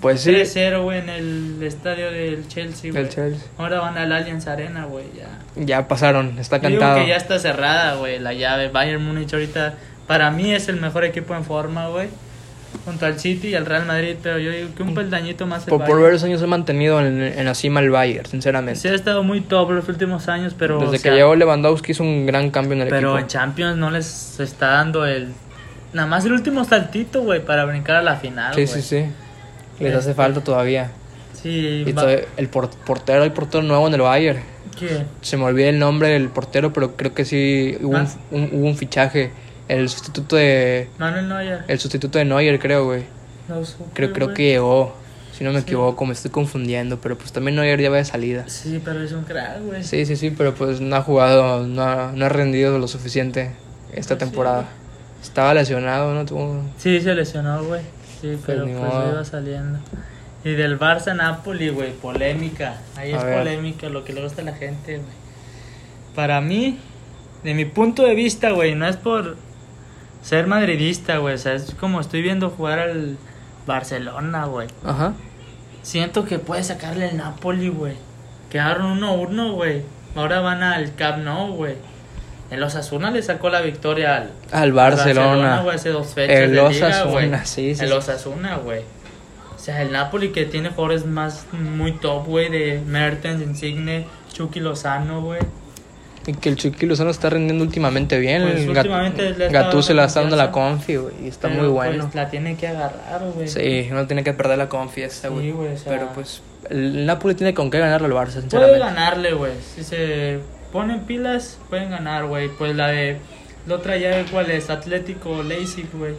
[SPEAKER 1] Pues sí,
[SPEAKER 2] 3-0, güey, en el estadio del Chelsea, güey.
[SPEAKER 1] el Chelsea.
[SPEAKER 2] Ahora van al Allianz Arena, güey, ya.
[SPEAKER 1] Ya pasaron, está
[SPEAKER 2] Yo Digo
[SPEAKER 1] cantado.
[SPEAKER 2] que ya está cerrada, güey, la llave. Bayern Múnich ahorita, para mí es el mejor equipo en forma, güey. Junto al City y al Real Madrid, pero yo digo que un peldañito más el
[SPEAKER 1] Por, por
[SPEAKER 2] Bayern.
[SPEAKER 1] varios años he mantenido en, en la cima el Bayern, sinceramente.
[SPEAKER 2] Sí, ha estado muy top los últimos años, pero.
[SPEAKER 1] Desde
[SPEAKER 2] o
[SPEAKER 1] que
[SPEAKER 2] sea,
[SPEAKER 1] llegó Lewandowski hizo un gran cambio en el
[SPEAKER 2] Pero en
[SPEAKER 1] equipo.
[SPEAKER 2] Champions no les está dando el. Nada más el último saltito, güey, para brincar a la final.
[SPEAKER 1] Sí,
[SPEAKER 2] güey. Eh.
[SPEAKER 1] sí, sí. Les hace falta todavía.
[SPEAKER 2] Sí,
[SPEAKER 1] Y
[SPEAKER 2] va-
[SPEAKER 1] todavía- el por- portero, el portero nuevo en el Bayern.
[SPEAKER 2] ¿qué?
[SPEAKER 1] Se me olvida el nombre del portero, pero creo que sí hubo, un,
[SPEAKER 2] Ah.
[SPEAKER 1] un- hubo un fichaje. El sustituto de.
[SPEAKER 2] Manuel Neuer.
[SPEAKER 1] El sustituto de Neuer, creo, güey.
[SPEAKER 2] No supe,
[SPEAKER 1] Creo, creo
[SPEAKER 2] Ah, güey.
[SPEAKER 1] que llegó. Si no me
[SPEAKER 2] Sí.
[SPEAKER 1] equivoco, me estoy confundiendo. Pero pues también Neuer ya va de salida.
[SPEAKER 2] Sí, pero es un crack, güey.
[SPEAKER 1] Sí, sí, sí, pero pues no ha jugado, no ha, no ha rendido lo suficiente esta
[SPEAKER 2] Pues sí,
[SPEAKER 1] temporada. Estaba lesionado, ¿no? Tuvo-
[SPEAKER 2] Sí, se lesionó, güey. Sí, pero
[SPEAKER 1] ni
[SPEAKER 2] pues
[SPEAKER 1] modo.
[SPEAKER 2] iba saliendo. Y del Barça Napoli, güey, polémica. Ahí
[SPEAKER 1] A
[SPEAKER 2] es
[SPEAKER 1] ver.
[SPEAKER 2] polémica lo que le gusta a la gente, güey. Para mí, de mi punto de vista, güey, no es por ser madridista, güey. O sea, es como estoy viendo jugar al Barcelona, güey.
[SPEAKER 1] Ajá.
[SPEAKER 2] Siento que puede sacarle el Napoli, güey. Quedaron 1-1, güey. Ahora van al Camp Nou, güey. El Osasuna le sacó la victoria al
[SPEAKER 1] Al
[SPEAKER 2] Barcelona,
[SPEAKER 1] Barcelona.
[SPEAKER 2] güey, hace dos fechas.
[SPEAKER 1] El
[SPEAKER 2] de
[SPEAKER 1] Osasuna,
[SPEAKER 2] Liga, güey.
[SPEAKER 1] sí, sí,
[SPEAKER 2] El
[SPEAKER 1] sí.
[SPEAKER 2] Osasuna, güey. O sea, el Napoli que tiene jugadores más muy top, güey, de Mertens, Insigne, Chucky Lozano, güey.
[SPEAKER 1] y que el Chucky Lozano está rendiendo últimamente bien.
[SPEAKER 2] Pues,
[SPEAKER 1] el Gat-
[SPEAKER 2] últimamente le ha estado
[SPEAKER 1] Gattuso
[SPEAKER 2] dando
[SPEAKER 1] le está dando la
[SPEAKER 2] confianza.
[SPEAKER 1] confi, güey. Y está
[SPEAKER 2] Pero,
[SPEAKER 1] muy bueno.
[SPEAKER 2] Pues, la tiene que agarrar, güey.
[SPEAKER 1] Sí, no tiene que perder la confianza, güey.
[SPEAKER 2] Sí, güey, o sea,
[SPEAKER 1] Pero pues el Napoli tiene con qué ganarle al Barça,
[SPEAKER 2] Puede
[SPEAKER 1] sinceramente.
[SPEAKER 2] ganarle, güey. Si se ponen pilas, pueden ganar, güey. Pues la de. La otra llave, ¿cuál es? Atlético Leipzig, güey.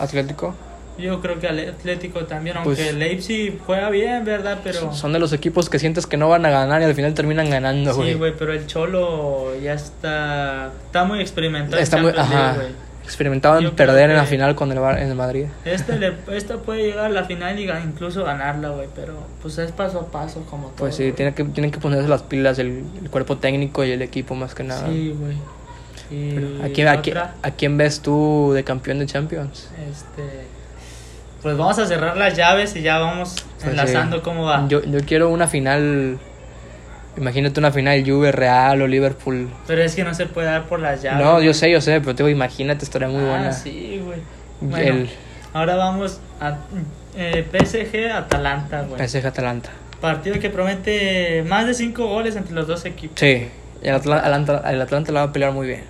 [SPEAKER 1] Atlético.
[SPEAKER 2] Yo creo que al Atlético también, aunque
[SPEAKER 1] Pues-
[SPEAKER 2] Leipzig juega bien, ¿verdad? Pero.
[SPEAKER 1] Son de los equipos que sientes que no van a ganar y al final terminan ganando,
[SPEAKER 2] Sí,
[SPEAKER 1] güey.
[SPEAKER 2] güey, pero el Cholo ya está. Está muy experimentado. en
[SPEAKER 1] Está muy,
[SPEAKER 2] Champions League,
[SPEAKER 1] ajá,
[SPEAKER 2] güey.
[SPEAKER 1] experimentado
[SPEAKER 2] Yo
[SPEAKER 1] en
[SPEAKER 2] creo
[SPEAKER 1] perder en la
[SPEAKER 2] que-
[SPEAKER 1] final con el, Bar- en el Madrid.
[SPEAKER 2] Este le- esta puede llegar a la final y gan- incluso ganarla, güey, pero pues es paso a paso como todo.
[SPEAKER 1] Pues sí,
[SPEAKER 2] güey.
[SPEAKER 1] tiene que, tienen que ponerse las pilas el, el cuerpo técnico y el equipo más que nada.
[SPEAKER 2] Sí, güey. Y
[SPEAKER 1] ¿A, quién, a, quién,
[SPEAKER 2] otra,
[SPEAKER 1] a quién ves tú de campeón de Champions?
[SPEAKER 2] Este. Pues vamos a cerrar las llaves y ya vamos
[SPEAKER 1] Pues
[SPEAKER 2] enlazando
[SPEAKER 1] sí.
[SPEAKER 2] cómo va.
[SPEAKER 1] Yo, yo quiero una final. Imagínate una final Juve Real o Liverpool.
[SPEAKER 2] Pero es que no se puede dar por las llaves.
[SPEAKER 1] no, yo sé, yo sé, pero te digo, imagínate, estaría muy
[SPEAKER 2] ah,
[SPEAKER 1] buena.
[SPEAKER 2] Sí, güey.
[SPEAKER 1] Y
[SPEAKER 2] Bueno,
[SPEAKER 1] el
[SPEAKER 2] ahora vamos a eh, PSG Atalanta, güey.
[SPEAKER 1] PSG Atalanta.
[SPEAKER 2] Partido que promete más de 5 goles entre los dos equipos.
[SPEAKER 1] Sí, y el Atla- Atalanta, el Atlanta la va a pelear muy bien,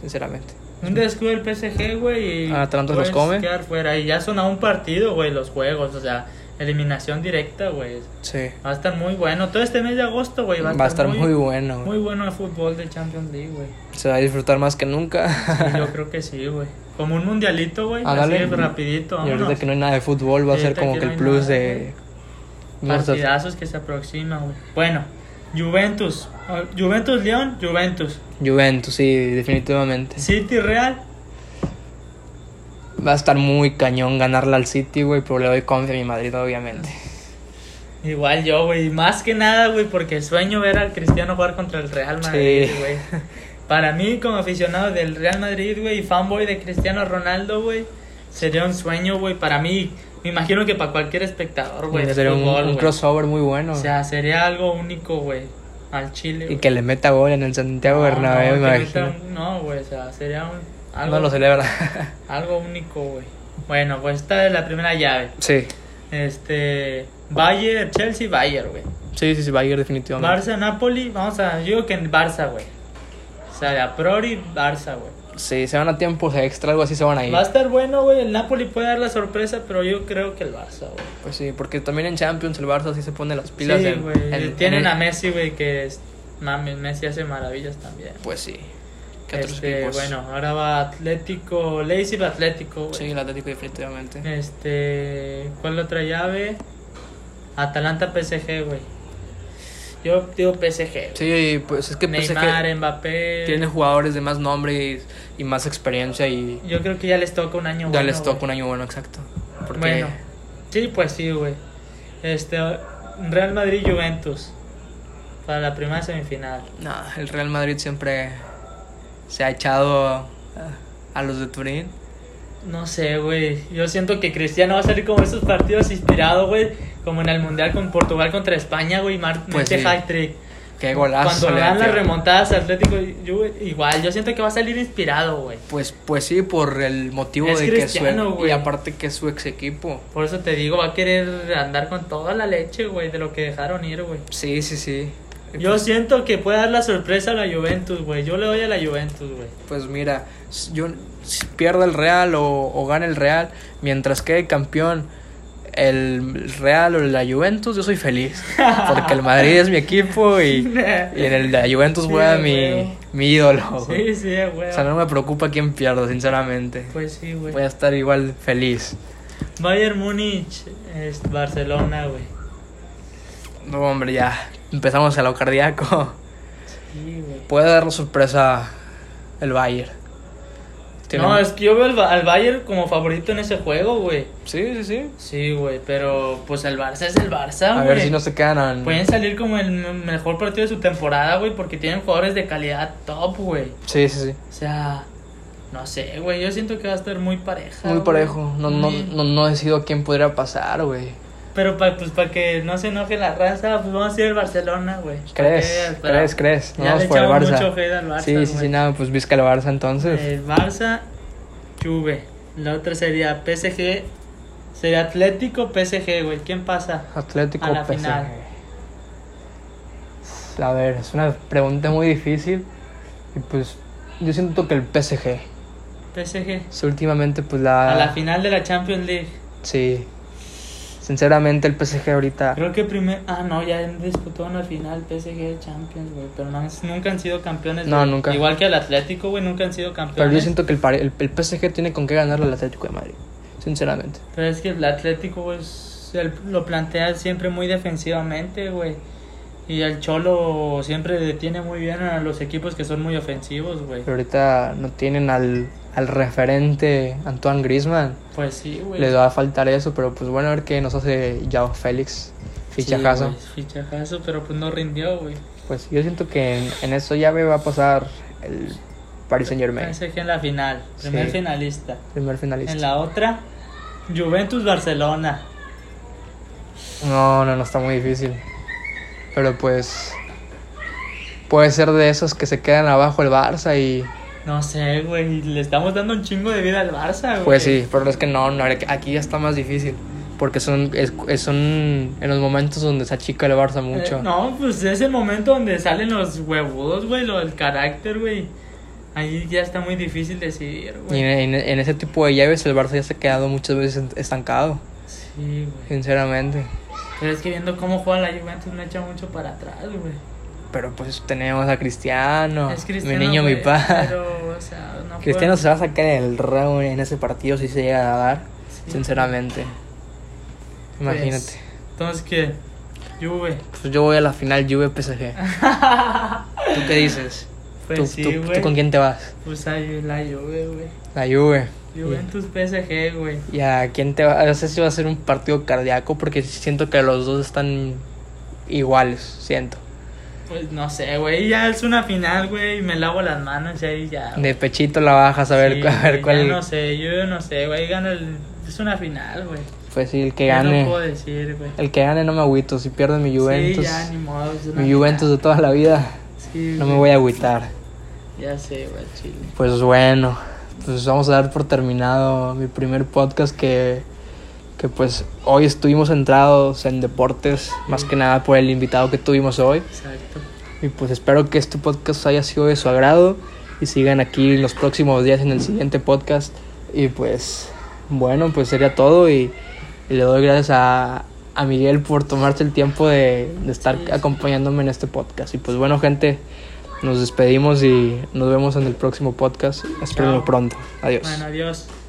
[SPEAKER 1] sinceramente.
[SPEAKER 2] Un descuido del PSG, güey. y
[SPEAKER 1] Ah, Atalanta los
[SPEAKER 2] puedes
[SPEAKER 1] come.
[SPEAKER 2] quedar fuera. Y ya son a un partido, güey, los juegos. O sea, eliminación directa, güey.
[SPEAKER 1] Sí,
[SPEAKER 2] Va a estar muy bueno. Todo este mes de agosto, güey.
[SPEAKER 1] va a estar muy, bueno.
[SPEAKER 2] Muy bueno el fútbol de Champions League, güey.
[SPEAKER 1] Se va a disfrutar más que nunca.
[SPEAKER 2] Sí, yo creo que sí, güey. Como un mundialito, güey.
[SPEAKER 1] Ándale.
[SPEAKER 2] Así rapidito,
[SPEAKER 1] Y ahorita
[SPEAKER 2] vámonos.
[SPEAKER 1] que no hay nada de fútbol, va a
[SPEAKER 2] Sí,
[SPEAKER 1] ser
[SPEAKER 2] ahorita
[SPEAKER 1] como
[SPEAKER 2] que
[SPEAKER 1] que
[SPEAKER 2] no
[SPEAKER 1] el
[SPEAKER 2] hay
[SPEAKER 1] plus
[SPEAKER 2] nada,
[SPEAKER 1] de. Vamos a-
[SPEAKER 2] Partidazos que se aproximan, güey. Bueno, Juventus. Ah, Juventus León, Juventus.
[SPEAKER 1] Juventus, sí, definitivamente.
[SPEAKER 2] City Real.
[SPEAKER 1] Va a estar muy cañón ganarla al City, güey, pero le doy confianza a mi Madrid, obviamente.
[SPEAKER 2] Igual yo, güey. Más que nada, güey, porque sueño ver al Cristiano jugar contra el Real Madrid,
[SPEAKER 1] Sí.
[SPEAKER 2] güey. Para mí, como aficionado del Real Madrid, güey, y fanboy de Cristiano Ronaldo, güey, sería un sueño, güey. Para mí, me imagino que para cualquier espectador, güey. de
[SPEAKER 1] Sería un,
[SPEAKER 2] fútbol,
[SPEAKER 1] un
[SPEAKER 2] güey.
[SPEAKER 1] crossover muy bueno.
[SPEAKER 2] O sea, sería algo único, güey. Al Chile.
[SPEAKER 1] y
[SPEAKER 2] güey. Ah,
[SPEAKER 1] que le meta gol en el Santiago
[SPEAKER 2] No,
[SPEAKER 1] Bernabéu,
[SPEAKER 2] no,
[SPEAKER 1] me
[SPEAKER 2] que
[SPEAKER 1] imagino.
[SPEAKER 2] meta un- No, güey, o sea, sería un, algo,
[SPEAKER 1] No lo celebra.
[SPEAKER 2] algo único, güey. Bueno, pues esta es la primera llave.
[SPEAKER 1] sí.
[SPEAKER 2] Este. Bayern, Chelsea, Bayern, güey.
[SPEAKER 1] Sí, sí, sí, Bayern definitivamente.
[SPEAKER 2] Barça, Napoli, vamos a. Yo digo que en Barça, güey. O sea, de a priori, Barça, güey.
[SPEAKER 1] Sí, se van a tiempos extra, algo así se van a ir.
[SPEAKER 2] Va a estar bueno, güey. El Napoli puede dar la sorpresa, pero yo creo que el Barça, güey.
[SPEAKER 1] Pues sí, porque también en Champions el Barça sí se pone las pilas.
[SPEAKER 2] Sí,
[SPEAKER 1] en- en-
[SPEAKER 2] güey. Tienen
[SPEAKER 1] en-
[SPEAKER 2] a Messi, güey, que es. Mames, Messi hace maravillas también.
[SPEAKER 1] Pues sí. ¿Qué otros
[SPEAKER 2] Este,
[SPEAKER 1] equipos?
[SPEAKER 2] Bueno, ahora va Atlético, Leipzig Atlético. güey.
[SPEAKER 1] Sí, el Atlético definitivamente.
[SPEAKER 2] Este, ¿cuál otra llave? Atalanta PSG, güey. Yo digo PSG. güey.
[SPEAKER 1] Sí, pues es que PSG
[SPEAKER 2] Neymar, Mbappé.
[SPEAKER 1] tiene jugadores de más nombre y, y más experiencia y
[SPEAKER 2] Yo creo que ya les toca un año
[SPEAKER 1] ya
[SPEAKER 2] bueno,
[SPEAKER 1] les toca
[SPEAKER 2] güey.
[SPEAKER 1] un año bueno, exacto. Porque
[SPEAKER 2] Bueno. Sí, pues sí, güey. Este, Real Madrid Juventus para la primera semifinal.
[SPEAKER 1] nada, el Real Madrid siempre se ha echado a, a los de Turín.
[SPEAKER 2] No sé, güey. Yo siento que Cristiano va a salir como esos partidos inspirado, güey, como en el Mundial con Portugal contra España, güey, Mar
[SPEAKER 1] Pues
[SPEAKER 2] mete
[SPEAKER 1] sí.
[SPEAKER 2] hat-trick.
[SPEAKER 1] Qué golazo.
[SPEAKER 2] Cuando
[SPEAKER 1] le
[SPEAKER 2] le dan las
[SPEAKER 1] metió.
[SPEAKER 2] remontadas a Atlético, yo, güey, igual, yo siento que va a salir inspirado, güey.
[SPEAKER 1] Pues, pues sí, por el motivo
[SPEAKER 2] Es
[SPEAKER 1] de que su
[SPEAKER 2] Cristiano,
[SPEAKER 1] y
[SPEAKER 2] güey.
[SPEAKER 1] aparte que es su ex equipo.
[SPEAKER 2] Por eso te digo, va a querer andar con toda la leche, güey, de lo que dejaron ir, güey.
[SPEAKER 1] Sí, sí, sí. pues,
[SPEAKER 2] Yo siento que puede dar la sorpresa a la Juventus, güey. Yo le doy a la Juventus, güey.
[SPEAKER 1] Pues mira, s- yo si pierda el Real o, o gana el Real, mientras quede campeón el Real o la Juventus, yo soy feliz. Porque el Madrid es mi equipo y, y en el la Juventus
[SPEAKER 2] Sí,
[SPEAKER 1] juega
[SPEAKER 2] güey.
[SPEAKER 1] mi, mi ídolo. güey.
[SPEAKER 2] Sí, sí, güey.
[SPEAKER 1] O sea, no me preocupa quién pierdo, sinceramente.
[SPEAKER 2] Pues sí, güey.
[SPEAKER 1] Voy a estar igual feliz.
[SPEAKER 2] Bayern Múnich, es Barcelona, güey.
[SPEAKER 1] No, hombre, ya empezamos a lo cardíaco.
[SPEAKER 2] Sí, güey.
[SPEAKER 1] Puede dar la sorpresa el Bayern. Tiene-
[SPEAKER 2] No, es que yo veo al, Ba- al Bayern como favorito en ese juego, güey.
[SPEAKER 1] Sí, sí, sí.
[SPEAKER 2] Sí, güey, pero pues el Barça es el Barça,
[SPEAKER 1] A
[SPEAKER 2] Ah, güey. Pues-
[SPEAKER 1] ver si no se quedan.
[SPEAKER 2] Pueden salir como el me- mejor partido de su temporada, güey, porque tienen jugadores de calidad top, güey.
[SPEAKER 1] Sí, sí, sí.
[SPEAKER 2] O sea, no sé, güey, yo siento que va a estar muy pareja.
[SPEAKER 1] Muy
[SPEAKER 2] Ah, güey.
[SPEAKER 1] parejo. No, no,
[SPEAKER 2] Muy-
[SPEAKER 1] no, no decido a quién podría pasar, güey.
[SPEAKER 2] Pero para pues, pa que no se enoje la raza, pues vamos a ir al Barcelona, güey. Pa'
[SPEAKER 1] ¿Crees?
[SPEAKER 2] que- para-
[SPEAKER 1] ¿Crees? ¿Crees? No
[SPEAKER 2] Ya
[SPEAKER 1] vamos
[SPEAKER 2] le
[SPEAKER 1] por el
[SPEAKER 2] echamos
[SPEAKER 1] Barça.
[SPEAKER 2] mucho hate al Barça,
[SPEAKER 1] sí, sí, sí,
[SPEAKER 2] güey. Eh,
[SPEAKER 1] nada, pues visca el Barça entonces.
[SPEAKER 2] El Barça, Juve. La otra sería PSG. Sería Atlético, PSG, güey. ¿Quién pasa?
[SPEAKER 1] Atlético
[SPEAKER 2] a la
[SPEAKER 1] PSG.
[SPEAKER 2] final.
[SPEAKER 1] A ver, es una pregunta muy difícil. Y pues yo siento que el PSG.
[SPEAKER 2] PSG.
[SPEAKER 1] Sí, últimamente pues la...
[SPEAKER 2] A la final de la Champions League.
[SPEAKER 1] Sí. Sinceramente el PSG ahorita...
[SPEAKER 2] Creo que primero. Ah, no, ya disputó una final PSG de Champions, güey. Pero no han- nunca han sido campeones.
[SPEAKER 1] No,
[SPEAKER 2] güey.
[SPEAKER 1] nunca.
[SPEAKER 2] Igual que el Atlético, güey, nunca han sido campeones.
[SPEAKER 1] Pero yo siento que el, pare- el, el PSG tiene con qué ganarle al Atlético de Madrid. Sinceramente.
[SPEAKER 2] Pero es que el Atlético, güey, es- él lo plantea siempre muy defensivamente, güey. Y el Cholo siempre detiene muy bien a los equipos que son muy ofensivos, güey.
[SPEAKER 1] Pero ahorita no tienen al, al referente Antoine Griezmann.
[SPEAKER 2] Pues sí, güey.
[SPEAKER 1] Les va a faltar eso, pero pues bueno, a ver qué nos hace Yao Félix. Fichajazo.
[SPEAKER 2] Sí, güey, fichajazo, pero pues no rindió, güey.
[SPEAKER 1] pues yo siento que en, en eso ya me va a pasar el Paris Saint Germain.
[SPEAKER 2] Pensé que en la final, primer
[SPEAKER 1] Sí.
[SPEAKER 2] finalista.
[SPEAKER 1] Primer finalista.
[SPEAKER 2] Pues, En la otra, Juventus Barcelona.
[SPEAKER 1] No, no, no está muy difícil. Pero pues. Puede ser de esos que se quedan abajo el Barça y.
[SPEAKER 2] No sé, güey, le estamos dando un chingo de vida al Barça, güey.
[SPEAKER 1] Pues sí, pero es que no, no, aquí ya está más difícil. Porque son, es- es- son en los momentos donde se achica el Barça
[SPEAKER 2] Eh,
[SPEAKER 1] mucho.
[SPEAKER 2] no, pues es el momento donde salen los huevudos, güey, lo del carácter, güey. Ahí ya está muy difícil decidir,
[SPEAKER 1] Y
[SPEAKER 2] güey.
[SPEAKER 1] en, en- en ese tipo de llaves el Barça ya se ha quedado muchas veces estancado,
[SPEAKER 2] Sí, güey.
[SPEAKER 1] sinceramente.
[SPEAKER 2] Pero es que viendo cómo juega la Juventus me echa mucho para atrás, güey.
[SPEAKER 1] Pero pues tenemos a Cristiano,
[SPEAKER 2] es Cristiano,
[SPEAKER 1] mi niño, mi
[SPEAKER 2] güey,
[SPEAKER 1] pa.
[SPEAKER 2] Pero, o sea, no puedo-
[SPEAKER 1] Cristiano se va a sacar el rabo en ese partido si se llega a dar,
[SPEAKER 2] Sí. Pues,
[SPEAKER 1] sinceramente. Imagínate.
[SPEAKER 2] Entonces, ¿qué? Juve.
[SPEAKER 1] Pues yo voy a la final Juve PSG. ¿Tú qué dices?
[SPEAKER 2] Pues
[SPEAKER 1] ¿Tú,
[SPEAKER 2] sí,
[SPEAKER 1] tú-
[SPEAKER 2] güey.
[SPEAKER 1] tú con quién te vas?
[SPEAKER 2] Pues ahí la Juve, güey.
[SPEAKER 1] La Juve.
[SPEAKER 2] Juventus PSG, güey.
[SPEAKER 1] ¿Y a quién te va? No sé si va a ser un partido cardíaco porque siento que los dos están iguales, siento.
[SPEAKER 2] Pues no sé, güey. Ya es una final, güey. y Me lavo las manos y ahí ya. güey.
[SPEAKER 1] De pechito la bajas a ver,
[SPEAKER 2] Sí,
[SPEAKER 1] a ver
[SPEAKER 2] güey,
[SPEAKER 1] cuál.
[SPEAKER 2] ya no sé, yo no sé, güey. Gana el. Es una final, güey.
[SPEAKER 1] Pues sí, el que
[SPEAKER 2] Ya No
[SPEAKER 1] gane.
[SPEAKER 2] puedo decir, güey.
[SPEAKER 1] el que gane no me agüito. Si pierdo mi Juventus,
[SPEAKER 2] Sí, ya, ni modo. es una
[SPEAKER 1] mi Juventus de toda la vida,
[SPEAKER 2] final. Sí,
[SPEAKER 1] no me
[SPEAKER 2] güey.
[SPEAKER 1] voy a agüitar.
[SPEAKER 2] Ya sé, güey, chile.
[SPEAKER 1] Pues bueno, pues vamos a dar por terminado mi primer podcast que, que pues hoy estuvimos centrados en deportes, más que nada por el invitado que tuvimos hoy.
[SPEAKER 2] Exacto.
[SPEAKER 1] Y pues espero que este podcast haya sido de su agrado y sigan aquí los próximos días en el siguiente podcast. Y pues bueno, pues sería todo y, y le doy gracias a, a Miguel por tomarse el tiempo de, de estar
[SPEAKER 2] Sí, sí.
[SPEAKER 1] acompañándome en este podcast. Y pues bueno gente, Nos despedimos y nos vemos en el próximo podcast. Espero
[SPEAKER 2] Chao.
[SPEAKER 1] pronto. Adiós.
[SPEAKER 2] Bueno, adiós.